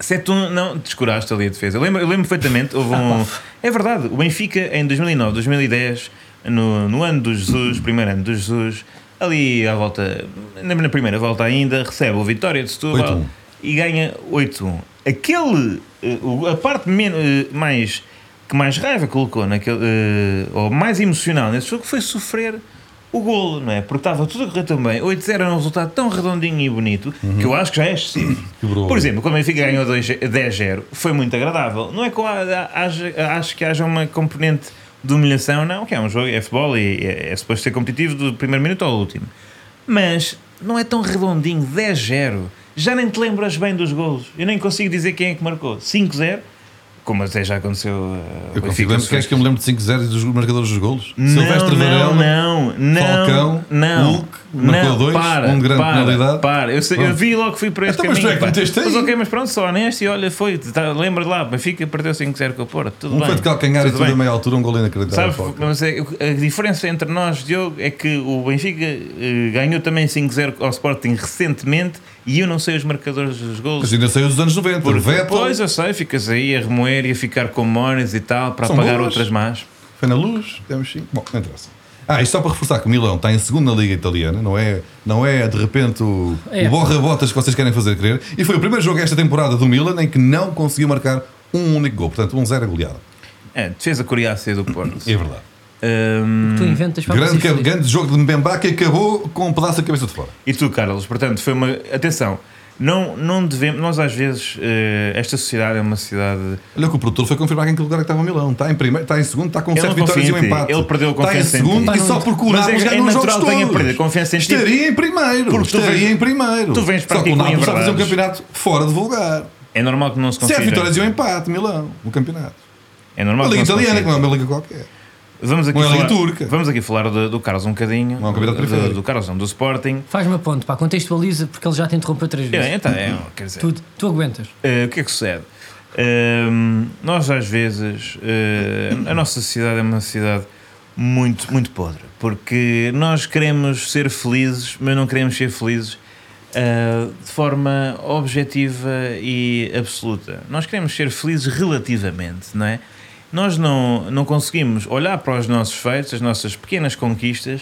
Speaker 1: Se tu não descuraste ali a defesa. Eu lembro, eu lembro perfeitamente, houve um. É verdade, o Benfica em 2009, 2010, no, no ano do Jesus, primeiro ano do Jesus, ali à volta, na, na primeira volta ainda, recebe o Vitória de Setúbal
Speaker 2: 8-1.
Speaker 1: e ganha 8-1. Aquele, eh, o- a parte men- eh, mais, que mais raiva colocou, naquele, eh, ou mais emocional nesse jogo, foi sofrer o golo, não é? Porque estava tudo a correr tão bem. 8-0 era um resultado tão redondinho e bonito que eu acho que já é excessivo.
Speaker 2: Quebrou.
Speaker 1: Por exemplo, exemplo, quando o Benfica ganhou 2 10-0, foi muito agradável. Não é que eu ha- haja- acho que haja uma componente de humilhação, não, que é um jogo, é futebol e é, é suposto ser competitivo do primeiro minuto ao último. Mas não é tão redondinho, 10-0. Já nem te lembras bem dos golos. Eu nem consigo dizer quem é que marcou. 5-0. Como até já aconteceu. uh, Benfica
Speaker 2: Eu consigo. Lembro-
Speaker 1: sofrer-
Speaker 2: Queres que eu me lembre de 5-0 e dos marcadores dos golos?
Speaker 1: não,
Speaker 2: Silvestre
Speaker 1: não,
Speaker 2: Varela. um
Speaker 1: não, não,
Speaker 2: Falcão,
Speaker 1: não,
Speaker 2: Hulk, marcou
Speaker 1: não,
Speaker 2: dois,
Speaker 1: para,
Speaker 2: um de grande
Speaker 1: para,
Speaker 2: penalidade.
Speaker 1: Para, eu, sei- eu
Speaker 2: Pronto.
Speaker 1: vi logo que fui para este
Speaker 2: Então, mas tu
Speaker 1: caminho.
Speaker 2: é que
Speaker 1: pá.
Speaker 2: meteste aí.
Speaker 1: mas ok, mas pronto, só honesto e olha, foi, tá, lembra lá, Benfica perdeu 5-0 com o Porto, tudo
Speaker 2: Um
Speaker 1: bem.
Speaker 2: foi de calcanhar e
Speaker 1: tudo
Speaker 2: tudo a
Speaker 1: bem.
Speaker 2: meia altura, um gol inacreditável.
Speaker 1: Sabes,
Speaker 2: Falcão.
Speaker 1: mas é- a diferença entre nós, Diogo, é que o Benfica eh, ganhou também 5-0 ao Sporting recentemente e eu não sei os marcadores dos gols.
Speaker 2: Mas Assim, ainda saiu dos anos 90. o Vettel
Speaker 1: Pois eu sei, ficas aí a remoer e a ficar com memórias e tal para
Speaker 2: São
Speaker 1: apagar
Speaker 2: boas.
Speaker 1: outras más.
Speaker 2: foi na luz, temos 5. Bom, não interessa. Ah, isto só para reforçar que o Milão está em segunda liga italiana, não é, não é de repente o,
Speaker 3: É.
Speaker 2: o borra-botas que vocês querem fazer crer. E foi o primeiro jogo esta temporada do Milan em que não conseguiu marcar um único gol, portanto, 1-0 a goleada.
Speaker 1: É, defesa coriácea do Porto. Eh,
Speaker 2: É verdade.
Speaker 1: Ahm,
Speaker 3: Tu inventas para
Speaker 2: Hum. Grande,
Speaker 3: vocês.
Speaker 2: ca- grande jogo de Mbemba que acabou com um pedaço da cabeça de fora.
Speaker 1: E tu, Carlos, portanto, foi uma. Atenção, não, não devemos. Nós, às vezes, eh, esta sociedade é uma cidade.
Speaker 2: Olha que o produtor foi confirmar em que lugar é que estava o Milão. Está em primeiro, está em segundo, está com
Speaker 1: Ele não
Speaker 2: sete
Speaker 1: confia
Speaker 2: vitórias e um
Speaker 1: em ti.
Speaker 2: empate.
Speaker 1: Ele perdeu a confiança
Speaker 2: Está
Speaker 1: em
Speaker 2: em segundo
Speaker 1: ti.
Speaker 2: e só porque o
Speaker 1: Mas é-
Speaker 2: Nápoles
Speaker 1: é
Speaker 2: ganhou os jogos
Speaker 1: natural que tenha
Speaker 2: todos.
Speaker 1: perdido a confiança em ti.
Speaker 2: Estaria em primeiro.
Speaker 1: Porque tu
Speaker 2: estaria
Speaker 1: vens-
Speaker 2: em primeiro.
Speaker 1: tu vens para
Speaker 2: só
Speaker 1: aqui
Speaker 2: que o
Speaker 1: com
Speaker 2: Nápoles está a fazer um
Speaker 1: inverdades.
Speaker 2: campeonato fora de vulgar.
Speaker 1: É normal que não se
Speaker 2: Sete
Speaker 1: consiga.
Speaker 2: vitórias e um empate, Milão, no campeonato.
Speaker 1: É normal
Speaker 2: Uma
Speaker 1: que
Speaker 2: liga
Speaker 1: não se
Speaker 2: italiana, que não é
Speaker 1: consiga.
Speaker 2: uma liga qualquer.
Speaker 1: Vamos aqui
Speaker 2: uma liga
Speaker 1: falar,
Speaker 2: turca.
Speaker 1: Vamos aqui falar do, do Carlos um bocadinho.
Speaker 2: Não é um campeonato
Speaker 1: do- do,
Speaker 2: periférico.
Speaker 1: do Carlos, não, do Sporting.
Speaker 3: Faz-me a ponto, pá, contextualiza porque ele já te interrompeu três
Speaker 1: É,
Speaker 3: vezes.
Speaker 1: então, é, quer dizer,
Speaker 3: Tu, tu aguentas.
Speaker 1: Eh, o que é que sucede? Ehm, nós às vezes eh, a nossa sociedade é uma sociedade muito, muito podre, porque nós queremos ser felizes, mas não queremos ser felizes eh, de forma objetiva e absoluta. Nós queremos ser felizes relativamente, não é? Nós não, não conseguimos olhar para os nossos feitos, as nossas pequenas conquistas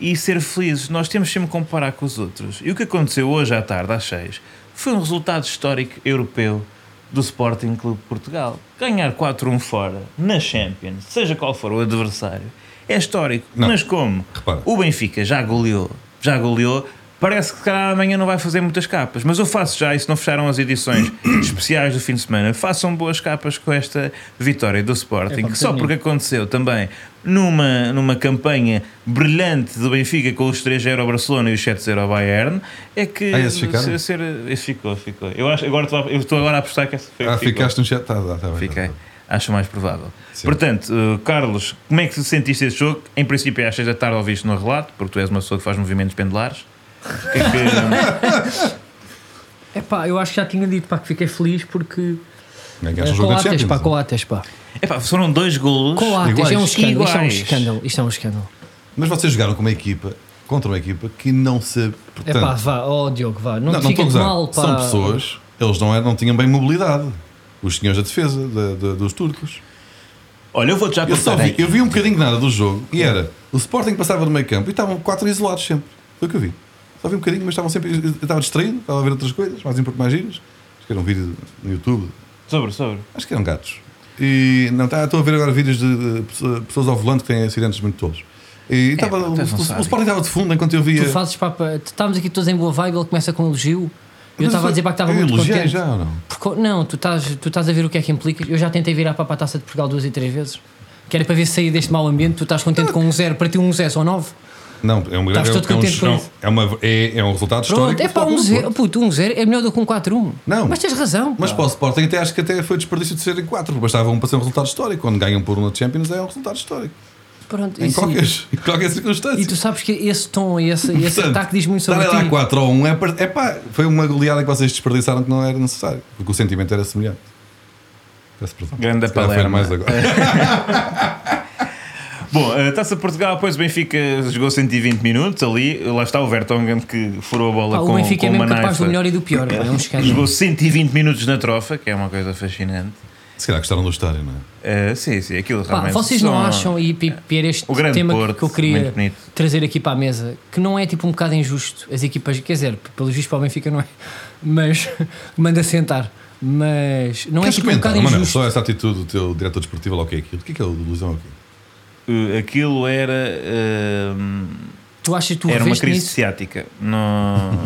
Speaker 1: e ser felizes. Nós temos sempre que comparar com os outros. E o que aconteceu hoje à tarde, às seis, foi um resultado histórico europeu do Sporting Clube de Portugal. Ganhar 4-1 fora, na Champions, seja qual for o adversário, é histórico.
Speaker 2: Não.
Speaker 1: Mas como
Speaker 2: Repara.
Speaker 1: o Benfica já goleou, já goleou, parece que se calhar amanhã não vai fazer muitas capas. Mas eu faço já, e se não fecharam as edições especiais do fim de semana, façam boas capas com esta vitória do
Speaker 2: É
Speaker 1: Sporting,
Speaker 3: pá,
Speaker 1: que só
Speaker 3: bocadinho.
Speaker 1: porque aconteceu também numa, numa campanha brilhante do Benfica com os 3-0 ao Barcelona e os 7-0 ao Bayern, é que
Speaker 2: Ah, esses ficaram?
Speaker 1: ser, ser- esse ficou, ficou. Eu, acho, agora estou a- eu estou agora a apostar que esse foi o
Speaker 2: Ah,
Speaker 1: que ficou.
Speaker 2: ficaste no chat. Tá, tá, tá, bem,
Speaker 1: Fiquei.
Speaker 2: tá, tá.
Speaker 1: Acho mais provável.
Speaker 2: Sim.
Speaker 1: Portanto, eh, Carlos, como é que tu sentiste este jogo? Em princípio, é às 6 da tarde ouviste no relato, porque tu és uma pessoa que faz movimentos pendulares. O que é que-
Speaker 3: É pá, eu acho que já tinha dito, pá, que fiquei feliz porque.
Speaker 2: Ganhaste um
Speaker 3: eh,
Speaker 2: jogo da
Speaker 3: Coates,
Speaker 2: Champions.
Speaker 3: pá, Coates, pá.
Speaker 1: Epá, foram dois golos.
Speaker 3: Coates, é um
Speaker 2: Iguais.
Speaker 3: escândalo. Isto é um
Speaker 1: Iguais.
Speaker 3: escândalo. Isto é um escândalo.
Speaker 2: Mas vocês jogaram com uma equipa, contra uma equipa que não se.
Speaker 3: É
Speaker 2: Portanto,
Speaker 3: pá, vá, ó Diogo, vá. Não,
Speaker 2: não,
Speaker 3: te
Speaker 2: não estou a
Speaker 3: fiques
Speaker 2: gozar.
Speaker 3: mal, pá.
Speaker 2: São pessoas, eles não, eram, não tinham bem mobilidade. Os senhores da defesa da- da- dos turcos.
Speaker 1: Olha, eu vou-te já
Speaker 2: Eu, só
Speaker 1: contar.
Speaker 2: vi,
Speaker 1: aqui.
Speaker 2: eu vi um bocadinho de nada do jogo e era o Sporting passava no meio campo e estavam quatro isolados sempre. Foi o que eu vi. Só vi um bocadinho, mas estavam sempre. Eu estava distraído, estava a ver outras coisas, mais um pouco mais giros. Acho que era um vídeo no YouTube.
Speaker 1: Sobre, sobre.
Speaker 2: Acho que eram gatos. E não tá- estou a ver agora vídeos de, de pessoa- pessoas ao volante que têm acidentes muito tolos. E
Speaker 3: É,
Speaker 2: estava,
Speaker 1: pá,
Speaker 2: o,
Speaker 1: tu és um
Speaker 2: o- o
Speaker 1: sádico.
Speaker 2: Sporting estava de fundo enquanto eu via.
Speaker 3: Tu fazes, pá, pá, estávamos aqui todos em boa vibe, ele começa com um elogio. Eu estava a dizer, pá, que estava
Speaker 2: Eu
Speaker 3: muito
Speaker 2: elogiei
Speaker 3: contente.
Speaker 2: já ou não?
Speaker 3: Porque- não, tu estás, tu estás a ver o que é que implica. Eu já tentei virar para a taça de Portugal duas e três vezes. Que era para ver se sair deste mau ambiente. Tu estás contente com um zero, para ti um zero são nove.
Speaker 2: Não, é um grande.
Speaker 3: Estavas
Speaker 2: É, um-
Speaker 3: todo contente
Speaker 2: é, um,
Speaker 3: Tá com
Speaker 2: não,
Speaker 3: isso.
Speaker 2: é, uma, é, é um resultado
Speaker 3: Pronto,
Speaker 2: histórico.
Speaker 3: é
Speaker 2: do
Speaker 3: para um
Speaker 2: Sporting.
Speaker 3: zero. Puto, um zero é melhor do que um 4-1.
Speaker 2: Não.
Speaker 3: Mas tens razão.
Speaker 2: Mas
Speaker 3: pá.
Speaker 2: para o Sporting até acho que até foi desperdício de serem 4, bastava um para ser um resultado histórico. Quando ganham por um na Champions é um resultado histórico.
Speaker 3: Pronto,
Speaker 2: Em
Speaker 3: isso-
Speaker 2: qualquer, em qualquer circunstância.
Speaker 3: E tu sabes que esse tom, esse, esse
Speaker 2: Portanto,
Speaker 3: ataque diz muito sobre
Speaker 2: Estar a dar
Speaker 3: ti.
Speaker 2: 4 ou 1 é, par- é pá, foi uma goleada que vocês desperdiçaram que não era necessário, porque o sentimento era semelhante. Peço perdão.
Speaker 1: Grande
Speaker 2: Se calhar foi
Speaker 1: Palermo. é?
Speaker 2: mais agora.
Speaker 1: Bom, a Taça de Portugal, depois o Benfica jogou 120 minutos ali. Lá está o Vertonghen que furou a bola
Speaker 3: Pá,
Speaker 1: com
Speaker 3: o Benfica
Speaker 1: com
Speaker 3: é mesmo
Speaker 1: uma
Speaker 3: capaz do
Speaker 1: naifa.
Speaker 3: melhor e do pior. pá, É um escândalo.
Speaker 1: Jogou 120 minutos na trofa, que é uma coisa fascinante.
Speaker 2: Se calhar gostaram do estádio, não é?
Speaker 1: Eh, sim, sim, aquilo
Speaker 3: Pá,
Speaker 1: realmente.
Speaker 3: vocês
Speaker 1: são-
Speaker 3: não acham, e, e, e era este
Speaker 1: O grande
Speaker 3: tema que-
Speaker 1: Porto,
Speaker 3: que eu
Speaker 1: muito
Speaker 3: queria
Speaker 1: bonito.
Speaker 3: trazer aqui para a mesa, que não é tipo um bocado injusto as equipas, quer dizer, pelo visto para o Benfica não é, mas manda sentar, mas não
Speaker 2: Queres
Speaker 3: é tipo um
Speaker 2: comentar,
Speaker 3: bocado
Speaker 2: Manuel,
Speaker 3: injusto.
Speaker 2: só essa atitude do teu diretor desportivo, lá o que é aquilo? O que é que é o ilusão aqui?
Speaker 1: Eh, Aquilo era. eh,
Speaker 3: Tu achas que tu
Speaker 1: Era uma
Speaker 3: reveste
Speaker 1: crise
Speaker 3: Um nisso?
Speaker 1: ciática. Não.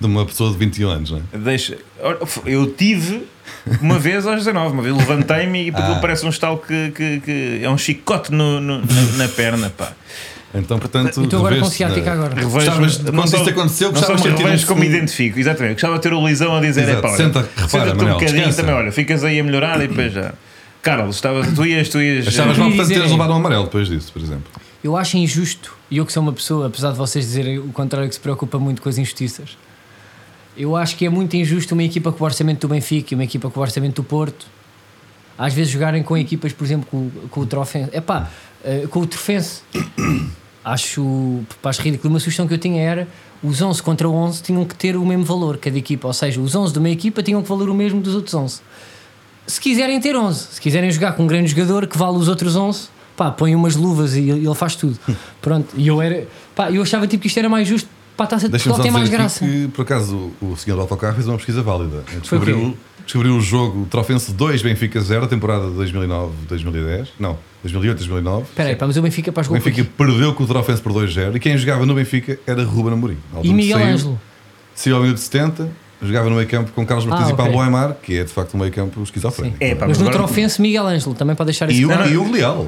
Speaker 2: De uma pessoa de 21 anos, não é?
Speaker 1: Deixa. Ora, Eu tive uma vez aos 19, uma vez levantei-me e
Speaker 2: Ah.
Speaker 1: parece um estalo que, que- que é um chicote no- no- na, na perna, pá.
Speaker 2: Então, portanto,
Speaker 3: E tu agora com
Speaker 2: reveste-se na-
Speaker 3: ciática agora.
Speaker 2: Gostavas de- quando isto aconteceu,
Speaker 1: não só
Speaker 2: gostavas
Speaker 1: os
Speaker 2: de ter
Speaker 1: revejo
Speaker 2: um-
Speaker 1: como me identifico, exatamente. Gostava de ter o Luizão a dizer:
Speaker 2: Exato,
Speaker 1: é pá, olha,
Speaker 2: senta- repara,
Speaker 1: senta-te um
Speaker 2: Manel,
Speaker 1: bocadinho
Speaker 2: descansa.
Speaker 1: também, olha, ficas aí a melhorar e depois já. Carlos, estava, tu ias, tu ias. eh,
Speaker 2: Achavas
Speaker 3: Eu
Speaker 2: mal,
Speaker 3: queria
Speaker 2: portanto,
Speaker 3: dizer
Speaker 2: teres
Speaker 3: é-
Speaker 2: levado um amarelo depois disso, por exemplo.
Speaker 3: Eu acho injusto, e eu que sou uma pessoa, apesar de vocês dizerem o contrário, que se preocupa muito com as injustiças, eu acho que é muito injusto uma equipa com o orçamento do Benfica e uma equipa com o orçamento do Porto, às vezes jogarem com equipas, por exemplo, com, com o Trofense. Epá, eh, com o Trofense. Acho, pá, acho ridículo. Uma sugestão que eu tinha era os 11 contra 11 tinham que ter o mesmo valor, cada equipa. Ou seja, os 11 de uma equipa tinham que valer o mesmo dos outros 11 se quiserem ter 11, se quiserem jogar com um grande jogador que vale os outros 11, pá, põe umas luvas e ele ele faz tudo. Pronto, e eu era, pá, eu achava tipo que isto era mais justo, pá, a taça de
Speaker 2: Deixa-me
Speaker 3: Portugal
Speaker 2: só
Speaker 3: tem
Speaker 2: dizer
Speaker 3: mais
Speaker 2: aqui
Speaker 3: graça.
Speaker 2: que, por acaso, o, o senhor do autocarro fez uma pesquisa válida.
Speaker 3: Foi o quê?
Speaker 2: Descobriu, descobriu o jogo Trofense 2, Benfica 0, temporada 2009-2010. Não, 2008-2009.
Speaker 3: Espera aí, pá, mas o Benfica pá,
Speaker 2: O
Speaker 3: jogou
Speaker 2: Benfica
Speaker 3: com-
Speaker 2: perdeu com o Trofense por 2-0 e quem jogava no Benfica era Ruben Amorim. Na altura
Speaker 3: e
Speaker 2: que
Speaker 3: Miguel
Speaker 2: saiu,
Speaker 3: Ângelo.
Speaker 2: Saiu ao minuto 70, jogava no meio campo com Carlos Martins
Speaker 3: Ah,
Speaker 2: e
Speaker 3: ok.
Speaker 2: Pablo Aymar, que é de facto um meio campo esquizofrénico.
Speaker 1: É, pá,
Speaker 3: Mas no
Speaker 1: agora-
Speaker 3: Trofense, Miguel Ângelo, também para deixar
Speaker 2: E
Speaker 3: isso
Speaker 2: o,
Speaker 3: claro.
Speaker 2: e o Leal.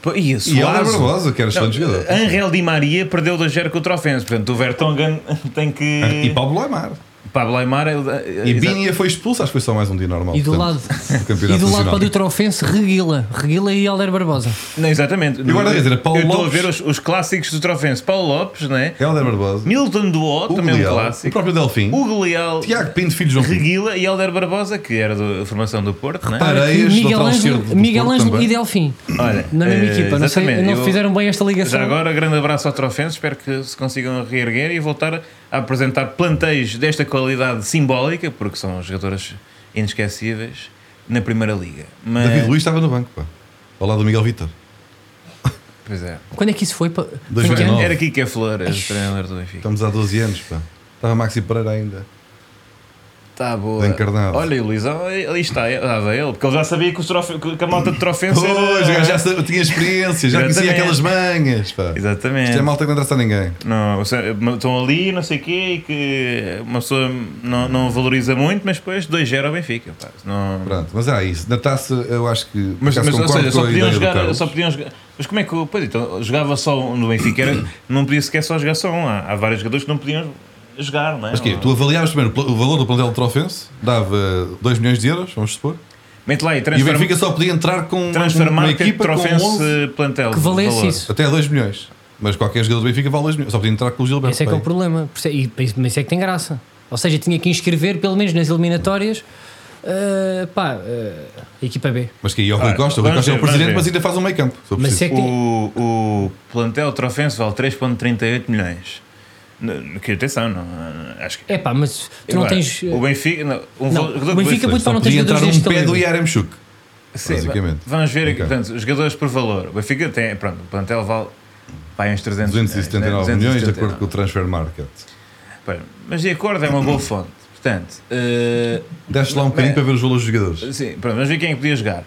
Speaker 1: Pô, E o
Speaker 2: E ela é
Speaker 1: Soares.
Speaker 2: Barbosa, que era
Speaker 1: Não, eh,
Speaker 2: excelente jogador.
Speaker 1: Angel Di Maria perdeu 2-0 contra o Trofense, portanto o Vertonghen tem que.
Speaker 2: E Pablo Aymar.
Speaker 1: Pablo Aymar.
Speaker 2: Ah.
Speaker 1: eh,
Speaker 2: E Binia foi expulso, acho que foi só mais um dia normal.
Speaker 3: E do lado,
Speaker 2: do campeonato
Speaker 3: e do lado
Speaker 2: nacional.
Speaker 3: para do Trofense, Reguila. Reguila e Alder Barbosa.
Speaker 1: Não, exatamente.
Speaker 2: E agora, quer dizer, Paulo
Speaker 1: eu estou a
Speaker 2: Lopes-
Speaker 1: ver os, os clássicos do Trofense. Paulo Lopes, né?
Speaker 2: Helder Barbosa.
Speaker 1: Milton Duó,
Speaker 2: Hugo
Speaker 1: também um
Speaker 2: Leal, é O
Speaker 1: clássico.
Speaker 2: próprio Delfim.
Speaker 1: Hugo Leal,
Speaker 2: Tiago Pinto, filho de João Pinto.
Speaker 1: Reguila e Helder Barbosa, que era da formação do Porto, né?
Speaker 2: Repara. Areias,
Speaker 3: Miguel
Speaker 2: lateral
Speaker 3: Ângelo,
Speaker 2: esquerdo do
Speaker 3: Miguel
Speaker 2: Porto
Speaker 3: Ângelo
Speaker 2: também.
Speaker 3: e Delfim.
Speaker 1: Olha,
Speaker 3: Na mesma
Speaker 1: eh,
Speaker 3: equipa, não, sei,
Speaker 1: exatamente,
Speaker 3: não
Speaker 1: eu-
Speaker 3: fizeram bem esta ligação.
Speaker 1: Já agora, grande abraço ao Trofense. Espero que se consigam reerguer e voltar a apresentar plantéis desta qualidade simbólica, porque são jogadores inesquecíveis na Primeira Liga. Mas,
Speaker 2: David Luiz estava no banco, pá. Ao lado do Miguel Vitor.
Speaker 1: Pois é.
Speaker 3: Quando é que isso foi? pa- foi em que ano?
Speaker 2: 2009.
Speaker 1: Era Kika Flores, o treinador do Benfica.
Speaker 2: Estamos há 12 anos, pá. Estava Maxi Pereira ainda.
Speaker 1: Está Tá boa.
Speaker 2: Bem encarnado.
Speaker 1: Olha, e o Luizão, ali está, estava ele, porque ele já sabia que, os trofe- que a malta de Trofense
Speaker 2: Pois,
Speaker 1: era...
Speaker 2: Oh, já, já sa- tinha experiência, já conhecia
Speaker 1: Exatamente.
Speaker 2: aquelas manhas, pá.
Speaker 1: Exatamente.
Speaker 2: Isto é malta que não interessa a ninguém.
Speaker 1: Não, ou seja, estão ali, não sei o quê, e que uma pessoa não, não valoriza muito, mas depois 2-0 ao Benfica. pá. Não...
Speaker 2: Pronto, mas há isso. Na taça, eu acho que. por
Speaker 1: Mas,
Speaker 2: acaso,
Speaker 1: mas ou seja,
Speaker 2: concordo com
Speaker 1: só
Speaker 2: a
Speaker 1: podiam,
Speaker 2: ideia do
Speaker 1: jogar,
Speaker 2: Carlos.
Speaker 1: só podiam jogar. Mas como é que. o- Pois então, jogava só um no Benfica, era- não podia sequer só jogar só um. Há, há vários jogadores que não podiam jogar, não é?
Speaker 2: Mas quê? Tu avaliavas primeiro o pl- o valor do plantel de Trofense, dava 2 milhões de euros, vamos supor,
Speaker 1: Mete lá e
Speaker 2: e o
Speaker 1: transforma,
Speaker 2: Benfica só podia entrar com uma
Speaker 1: transformar
Speaker 2: equipa com
Speaker 1: Trofense
Speaker 2: 11,
Speaker 1: plantel.
Speaker 3: Que valesse
Speaker 1: valor.
Speaker 3: isso.
Speaker 2: até 2 milhões. Mas qualquer jogador do Benfica vale 2 milhões, só podia entrar com o Gilberto.
Speaker 3: Esse é que é o
Speaker 2: Pereira.
Speaker 3: problema. Por isso é- E por isso- mas isso é que tem graça. Ou seja, tinha que inscrever, pelo menos nas eliminatórias, eh, pá, eh, a equipa B.
Speaker 2: Mas que aí é o Rui
Speaker 1: Ah,
Speaker 2: Costa, o Rui
Speaker 1: vamos
Speaker 2: Costa é o
Speaker 1: ver, vamos
Speaker 2: presidente,
Speaker 1: ver.
Speaker 2: mas ainda faz um meio campo. se eu
Speaker 3: Mas
Speaker 2: preciso.
Speaker 3: é que tem-
Speaker 1: O, o plantel Trofense vale 3,38 milhões. N- Que atenção, não, acho que.
Speaker 3: É pá, mas tu não
Speaker 1: Agora,
Speaker 3: tens. eh,
Speaker 1: O Benfica. Não, um
Speaker 3: Não,
Speaker 1: jogador
Speaker 3: o
Speaker 1: que-
Speaker 3: Benfica- muito
Speaker 2: Só
Speaker 3: para não ter
Speaker 2: podia entrar
Speaker 3: jogadores
Speaker 2: um
Speaker 3: deste
Speaker 2: pé
Speaker 3: talento.
Speaker 2: do Yaremchuk.
Speaker 1: Sim,
Speaker 2: basicamente.
Speaker 1: va- Vamos ver, aqui,
Speaker 2: Ok.
Speaker 1: portanto, os jogadores por valor. O Benfica tem. Pronto, o plantel vale. Vai uns 300 milhões, né?
Speaker 2: 279 milhões, de acordo
Speaker 1: 279.
Speaker 2: com o Transfer Market.
Speaker 1: Pois, Mas de acordo é uma boa fonte. Portanto, eh,
Speaker 2: Deste lá um bocadinho
Speaker 1: É.
Speaker 2: para ver os valores dos jogadores.
Speaker 1: sim, pronto, vamos ver quem é que podia jogar.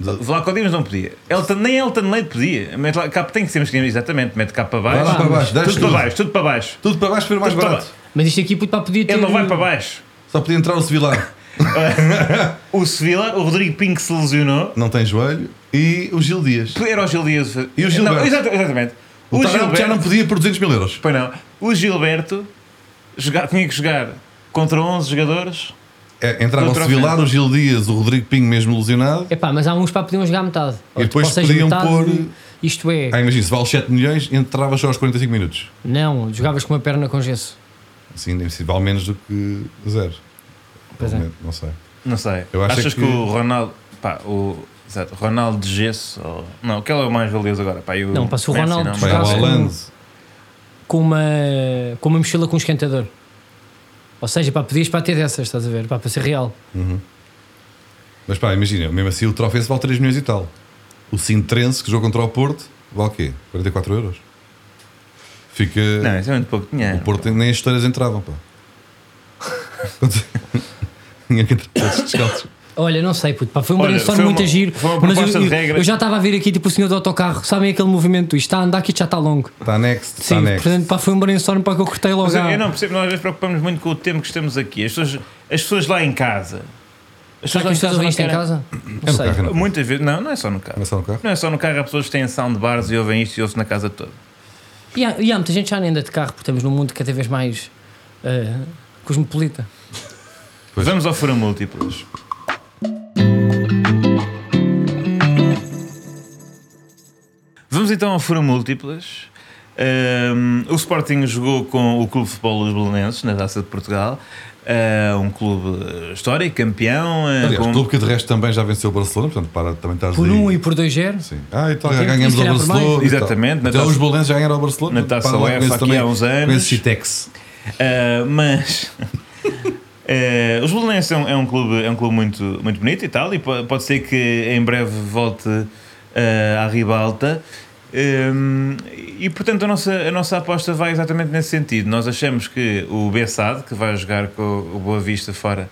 Speaker 1: Vlaco Dimas não podia. Elton, nem Elton Leite podia. Mete lá, capa, tem que ser masculino, exatamente. Mete cá para baixo.
Speaker 2: Vai lá para baixo,
Speaker 1: tudo,
Speaker 2: desce
Speaker 1: para
Speaker 2: tudo.
Speaker 1: baixo, tudo para baixo.
Speaker 2: Tudo para baixo para o mais
Speaker 1: Tudo para
Speaker 2: barato.
Speaker 3: Mas isto aqui, puto, pá, podia ter.
Speaker 1: Ele não vai para baixo.
Speaker 2: Só podia entrar o Sevilar.
Speaker 1: O Sevilla, o Rodrigo Pinto se lesionou.
Speaker 2: Não tem joelho. E o Gil Dias.
Speaker 1: Era o Gil Dias.
Speaker 2: E o Gilberto?
Speaker 1: Não, exata- exatamente.
Speaker 2: O,
Speaker 1: O
Speaker 2: Tarap já não
Speaker 1: Gilberto,
Speaker 2: podia por 200 mil euros.
Speaker 1: pois não, o Gilberto joga- tinha que jogar contra 11 jogadores.
Speaker 2: É, entrava o
Speaker 1: Outra
Speaker 2: Sevilar,
Speaker 1: ofensa.
Speaker 2: o Gil Dias, o Rodrigo Pinho mesmo lesionado.
Speaker 3: É pá, mas há uns pá, podiam jogar a metade. Ou,
Speaker 2: depois
Speaker 3: ou seja,
Speaker 2: podiam
Speaker 3: metade,
Speaker 2: pôr-
Speaker 3: Isto é,
Speaker 2: Ah, imagina, se vale 7 milhões, entrava só aos 45 minutos.
Speaker 3: não, jogavas com uma perna com gesso.
Speaker 2: Assim, nem se vale menos do que zero.
Speaker 3: Pois é.
Speaker 2: Provavelmente, Não sei.
Speaker 1: Não sei.
Speaker 2: Eu acho
Speaker 1: Achas
Speaker 2: que-
Speaker 1: que... o Ronaldo. Pá, o. Exato, Ronaldo de Gesso. Ou, não, aquele é o mais valioso agora. Pá, e o
Speaker 3: Não, pá, se o
Speaker 1: Messi
Speaker 3: Ronaldo
Speaker 1: não, mas-
Speaker 2: Vai ao
Speaker 3: jogasse com-
Speaker 2: Holland.
Speaker 3: Com uma, com uma mochila com um esquentador. Ou seja, pá, podias para ter dessas, estás a ver? Pá, para ser real.
Speaker 2: Mas pá, imagina, mesmo assim o Trofense vale 3 milhões e tal. O Sintrense, que jogou contra o Porto, vale o quê? 44 euros. Fica.
Speaker 1: Não, isso é muito pouco dinheiro.
Speaker 2: o Porto nem as histórias entravam, pá. Tinha que entrar todos descalços.
Speaker 3: Olha, não sei, puto, pá, foi um
Speaker 1: Olha,
Speaker 3: brainstorm
Speaker 1: foi uma-
Speaker 3: muito giro.
Speaker 1: foi uma
Speaker 3: mas
Speaker 1: proposta
Speaker 3: eu,
Speaker 1: de
Speaker 3: eu-
Speaker 1: regra.
Speaker 3: eu já estava a ver aqui tipo o senhor do autocarro, sabem aquele movimento? Isto está a andar, que isto já está longo.
Speaker 2: Está next, está
Speaker 3: Sim,
Speaker 2: next.
Speaker 3: portanto, pá, foi um brainstorm para que eu cortei logo.
Speaker 1: Mas eu,
Speaker 3: à-
Speaker 1: eu não percebo, nós às vezes preocupamos muito com o tempo que estamos aqui. As pessoas, as pessoas lá em casa As
Speaker 3: Será que
Speaker 1: pessoas
Speaker 3: os teus
Speaker 1: lá em
Speaker 3: ouvintes têm em
Speaker 1: casa
Speaker 3: casa?
Speaker 2: É
Speaker 3: Não
Speaker 2: no
Speaker 3: sei.
Speaker 2: carro,
Speaker 1: não
Speaker 2: não.
Speaker 1: querem- Muitas vezes. Não, não é só no carro.
Speaker 2: Não é só no carro.
Speaker 1: Não é só no carro, há pessoas que têm soundbars e ouvem isto e ouvem na casa toda.
Speaker 3: E há, e há muita gente que já nem anda de carro, porque estamos num mundo cada vez mais eh, cosmopolita.
Speaker 2: Pois.
Speaker 1: Vamos ao Fura Múltiplos. Vamos então ao Fura Múltiplas. Ahm, o Sporting jogou com o Clube de Futebol dos Belenenses na Taça de Portugal. Ah, um clube eh, histórico, campeão. eh,
Speaker 2: Aliás,
Speaker 1: com-
Speaker 2: o clube que de resto também já venceu o Barcelona, portanto, para também estás
Speaker 3: Por
Speaker 2: aí.
Speaker 3: um e por dois zero.
Speaker 2: Sim. Ah, então
Speaker 3: Temos
Speaker 2: ganhamos
Speaker 3: que
Speaker 2: ao
Speaker 3: tirar por mais.
Speaker 2: Barcelona. e tal.
Speaker 1: Exatamente, na
Speaker 2: Então
Speaker 1: taça-
Speaker 2: os bolenses já ganharam ao Barcelona.
Speaker 1: na taça
Speaker 2: Para lá com
Speaker 1: UEFA
Speaker 2: esse
Speaker 1: aqui há uns
Speaker 2: Com
Speaker 1: anos.
Speaker 2: esse Citex.
Speaker 1: Uh, mas uh, os Belenenses é, um, é um clube, é um clube muito, muito bonito e tal, e po- pode ser que em breve volte uh, à ribalta. Um, e portanto a nossa, a nossa aposta vai exatamente nesse sentido. Nós achamos que o Bessade, que vai jogar com o Boa Vista fora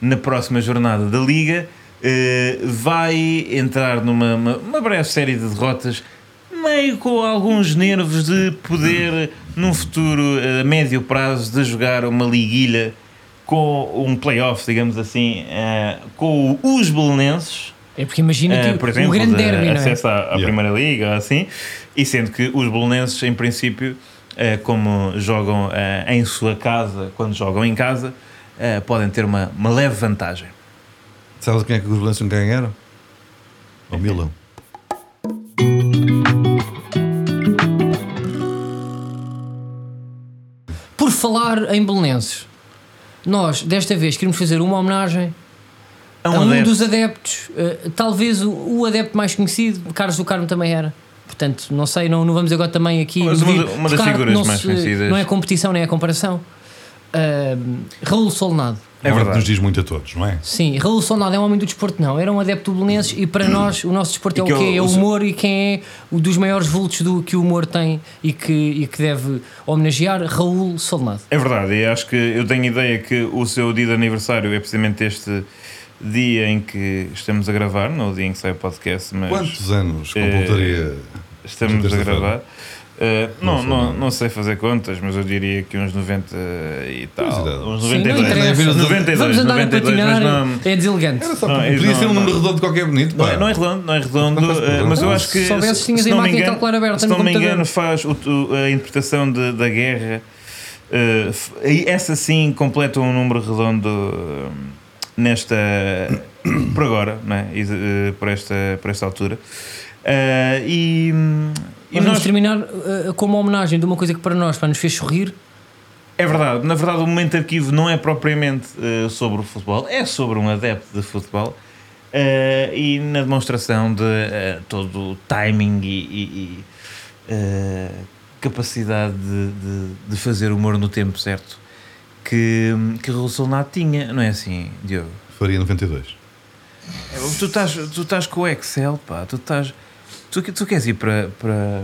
Speaker 1: na próxima jornada da Liga, uh, vai entrar numa uma- uma breve série de derrotas meio com alguns nervos de poder, num futuro eh, a médio prazo, de jogar uma liguilha com um playoff, digamos assim, eh, com os belenenses,
Speaker 3: É porque imagina
Speaker 1: eh,
Speaker 3: que
Speaker 1: por exemplo,
Speaker 3: um grande
Speaker 1: de
Speaker 3: derby, não é?
Speaker 1: acesso à, à
Speaker 2: Yeah.
Speaker 1: Primeira Liga, ou assim, e sendo que os belenenses, em princípio, eh, como jogam eh, em sua casa, quando jogam em casa, eh, podem ter uma, uma leve vantagem.
Speaker 2: Sabes quem é que os bolenses não ganharam? O Milan.
Speaker 3: Por falar em belenenses, nós desta vez queremos fazer uma homenagem
Speaker 1: É
Speaker 3: a
Speaker 1: um
Speaker 3: um
Speaker 1: adepto.
Speaker 3: dos adeptos, eh, talvez o, o adepto mais conhecido, Carlos do Carmo também era. Portanto, não sei, não, não vamos agora também aqui.
Speaker 1: Mas uma
Speaker 3: medir,
Speaker 1: da- uma das
Speaker 3: porque, claro,
Speaker 1: figuras
Speaker 3: não
Speaker 1: mais
Speaker 3: se-
Speaker 1: conhecidas.
Speaker 3: Não é competição, nem é comparação. Ahm, Raul Solnado.
Speaker 1: É
Speaker 2: Uma hora
Speaker 1: verdade.
Speaker 2: que nos diz muito a todos, não é?
Speaker 3: Sim, Raul Solnado é um homem do desporto, não. Era um adepto do Belenenses e para nós o nosso desporto
Speaker 1: E
Speaker 3: é o
Speaker 1: que
Speaker 3: quê?
Speaker 1: eu-
Speaker 3: é o
Speaker 1: eu-
Speaker 3: humor e quem é um dos maiores vultos do que o humor tem e que, e que deve homenagear Raul Solnado.
Speaker 1: É verdade, e acho que eu tenho ideia que o seu dia de aniversário é precisamente este dia em que estamos a gravar, não o dia em que sai o podcast, mas
Speaker 2: Quantos anos
Speaker 1: eh,
Speaker 2: completaria?
Speaker 1: estamos a
Speaker 2: terça-feira?
Speaker 1: gravar. Eh, não,
Speaker 2: Não sei
Speaker 1: não,
Speaker 2: nada.
Speaker 1: não sei fazer contas, mas eu diria que uns 90 e né? tal.
Speaker 2: Curiosidade.
Speaker 1: Uns
Speaker 3: Sim, não
Speaker 1: 92.
Speaker 3: interessa.
Speaker 2: Vamos
Speaker 1: 92,
Speaker 3: Vamos
Speaker 1: 92,
Speaker 3: andar a
Speaker 1: mas
Speaker 3: patinar,
Speaker 1: não,
Speaker 3: é deselegante.
Speaker 2: Era só,
Speaker 1: Não,
Speaker 2: podia
Speaker 1: isso
Speaker 2: ser
Speaker 1: não-
Speaker 2: um número
Speaker 1: não.
Speaker 2: redondo qualquer bonito.
Speaker 1: Não
Speaker 2: pá.
Speaker 1: é, não é redondo, não é redondo,
Speaker 2: Não faz
Speaker 1: eh,
Speaker 2: problema.
Speaker 1: mas eu acho que.
Speaker 3: Se soubesses,
Speaker 1: se-
Speaker 3: tinhas
Speaker 1: se
Speaker 3: a
Speaker 1: não me
Speaker 3: máquina
Speaker 1: engano-
Speaker 3: calcular aberta
Speaker 1: Se
Speaker 3: no
Speaker 1: não me
Speaker 3: computador.
Speaker 1: engano, faz o tu- a interpretação de- da guerra. eh, f- e essa sim completa um número redondo eh, nesta. por agora, não é? E, eh, por, esta, por esta altura. Eh, e. e
Speaker 3: E vamos
Speaker 1: nós,
Speaker 3: terminar eh, com uma homenagem de uma coisa que para nós pá, nos fez sorrir.
Speaker 1: é verdade, na verdade, o momento de arquivo não é propriamente eh, sobre o futebol, é sobre um adepto de futebol. eh, e na demonstração de eh, todo o timing e, e- e, eh, capacidade de, de- de fazer humor no tempo certo que, que o Solnato tinha, não é assim, Diogo?
Speaker 2: Faria 92.
Speaker 1: É, Tu estás, tu estás com o Excel, pá, tu estás. Tu, tu queres ir para. para...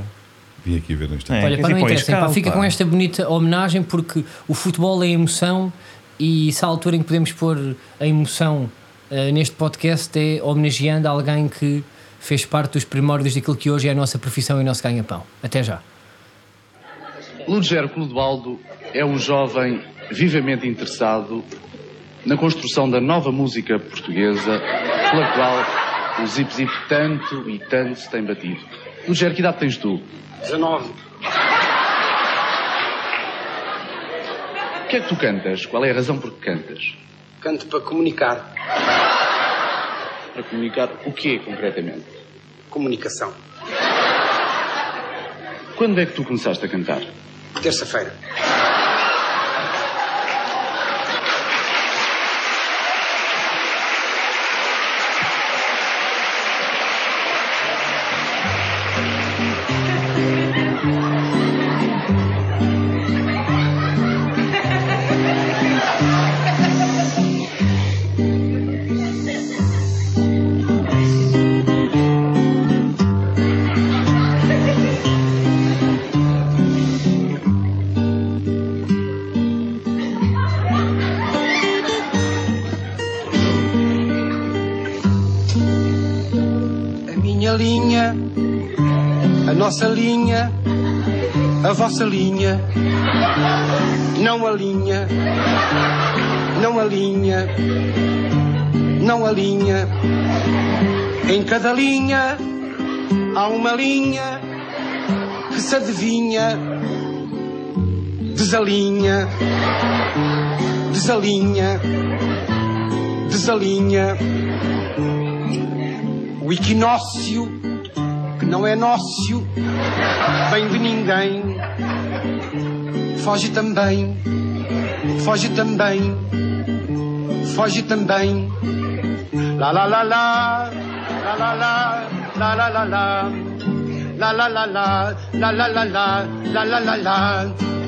Speaker 2: Vim aqui ver no instante.
Speaker 1: É,
Speaker 3: Olha,
Speaker 1: queres
Speaker 3: para
Speaker 1: ir
Speaker 3: não
Speaker 1: para o
Speaker 3: interessa, pá,
Speaker 1: Escal,
Speaker 3: fica
Speaker 1: pá.
Speaker 3: com esta bonita homenagem porque o futebol é emoção e se há altura em que podemos pôr a emoção eh, neste podcast é homenageando alguém que fez parte dos primórdios daquilo que hoje é a nossa profissão e o nosso ganha-pão. Até já.
Speaker 4: Ludger Clodoaldo é um jovem vivamente interessado na construção da nova música portuguesa, pela qual o Zip Zip tanto e tanto se tem batido. Ludger, que idade tens tu?
Speaker 5: 19.
Speaker 4: O que é que tu cantas? Qual é a razão por que cantas?
Speaker 5: Canto para comunicar.
Speaker 4: Para comunicar o quê, concretamente?
Speaker 5: Comunicação.
Speaker 4: Quando é que tu começaste a cantar?
Speaker 5: Terça-feira. A minha linha. A nossa linha. A vossa linha. Não a linha. Não a linha. não a linha. Em cada linha há uma linha que se adivinha, desalinha, desalinha, desalinha. O equinócio, que não é nócio, vem de ninguém, foge também, foge também, foge também. La la la la, la la la, la la la la. La la la la, la la la la, la la la la,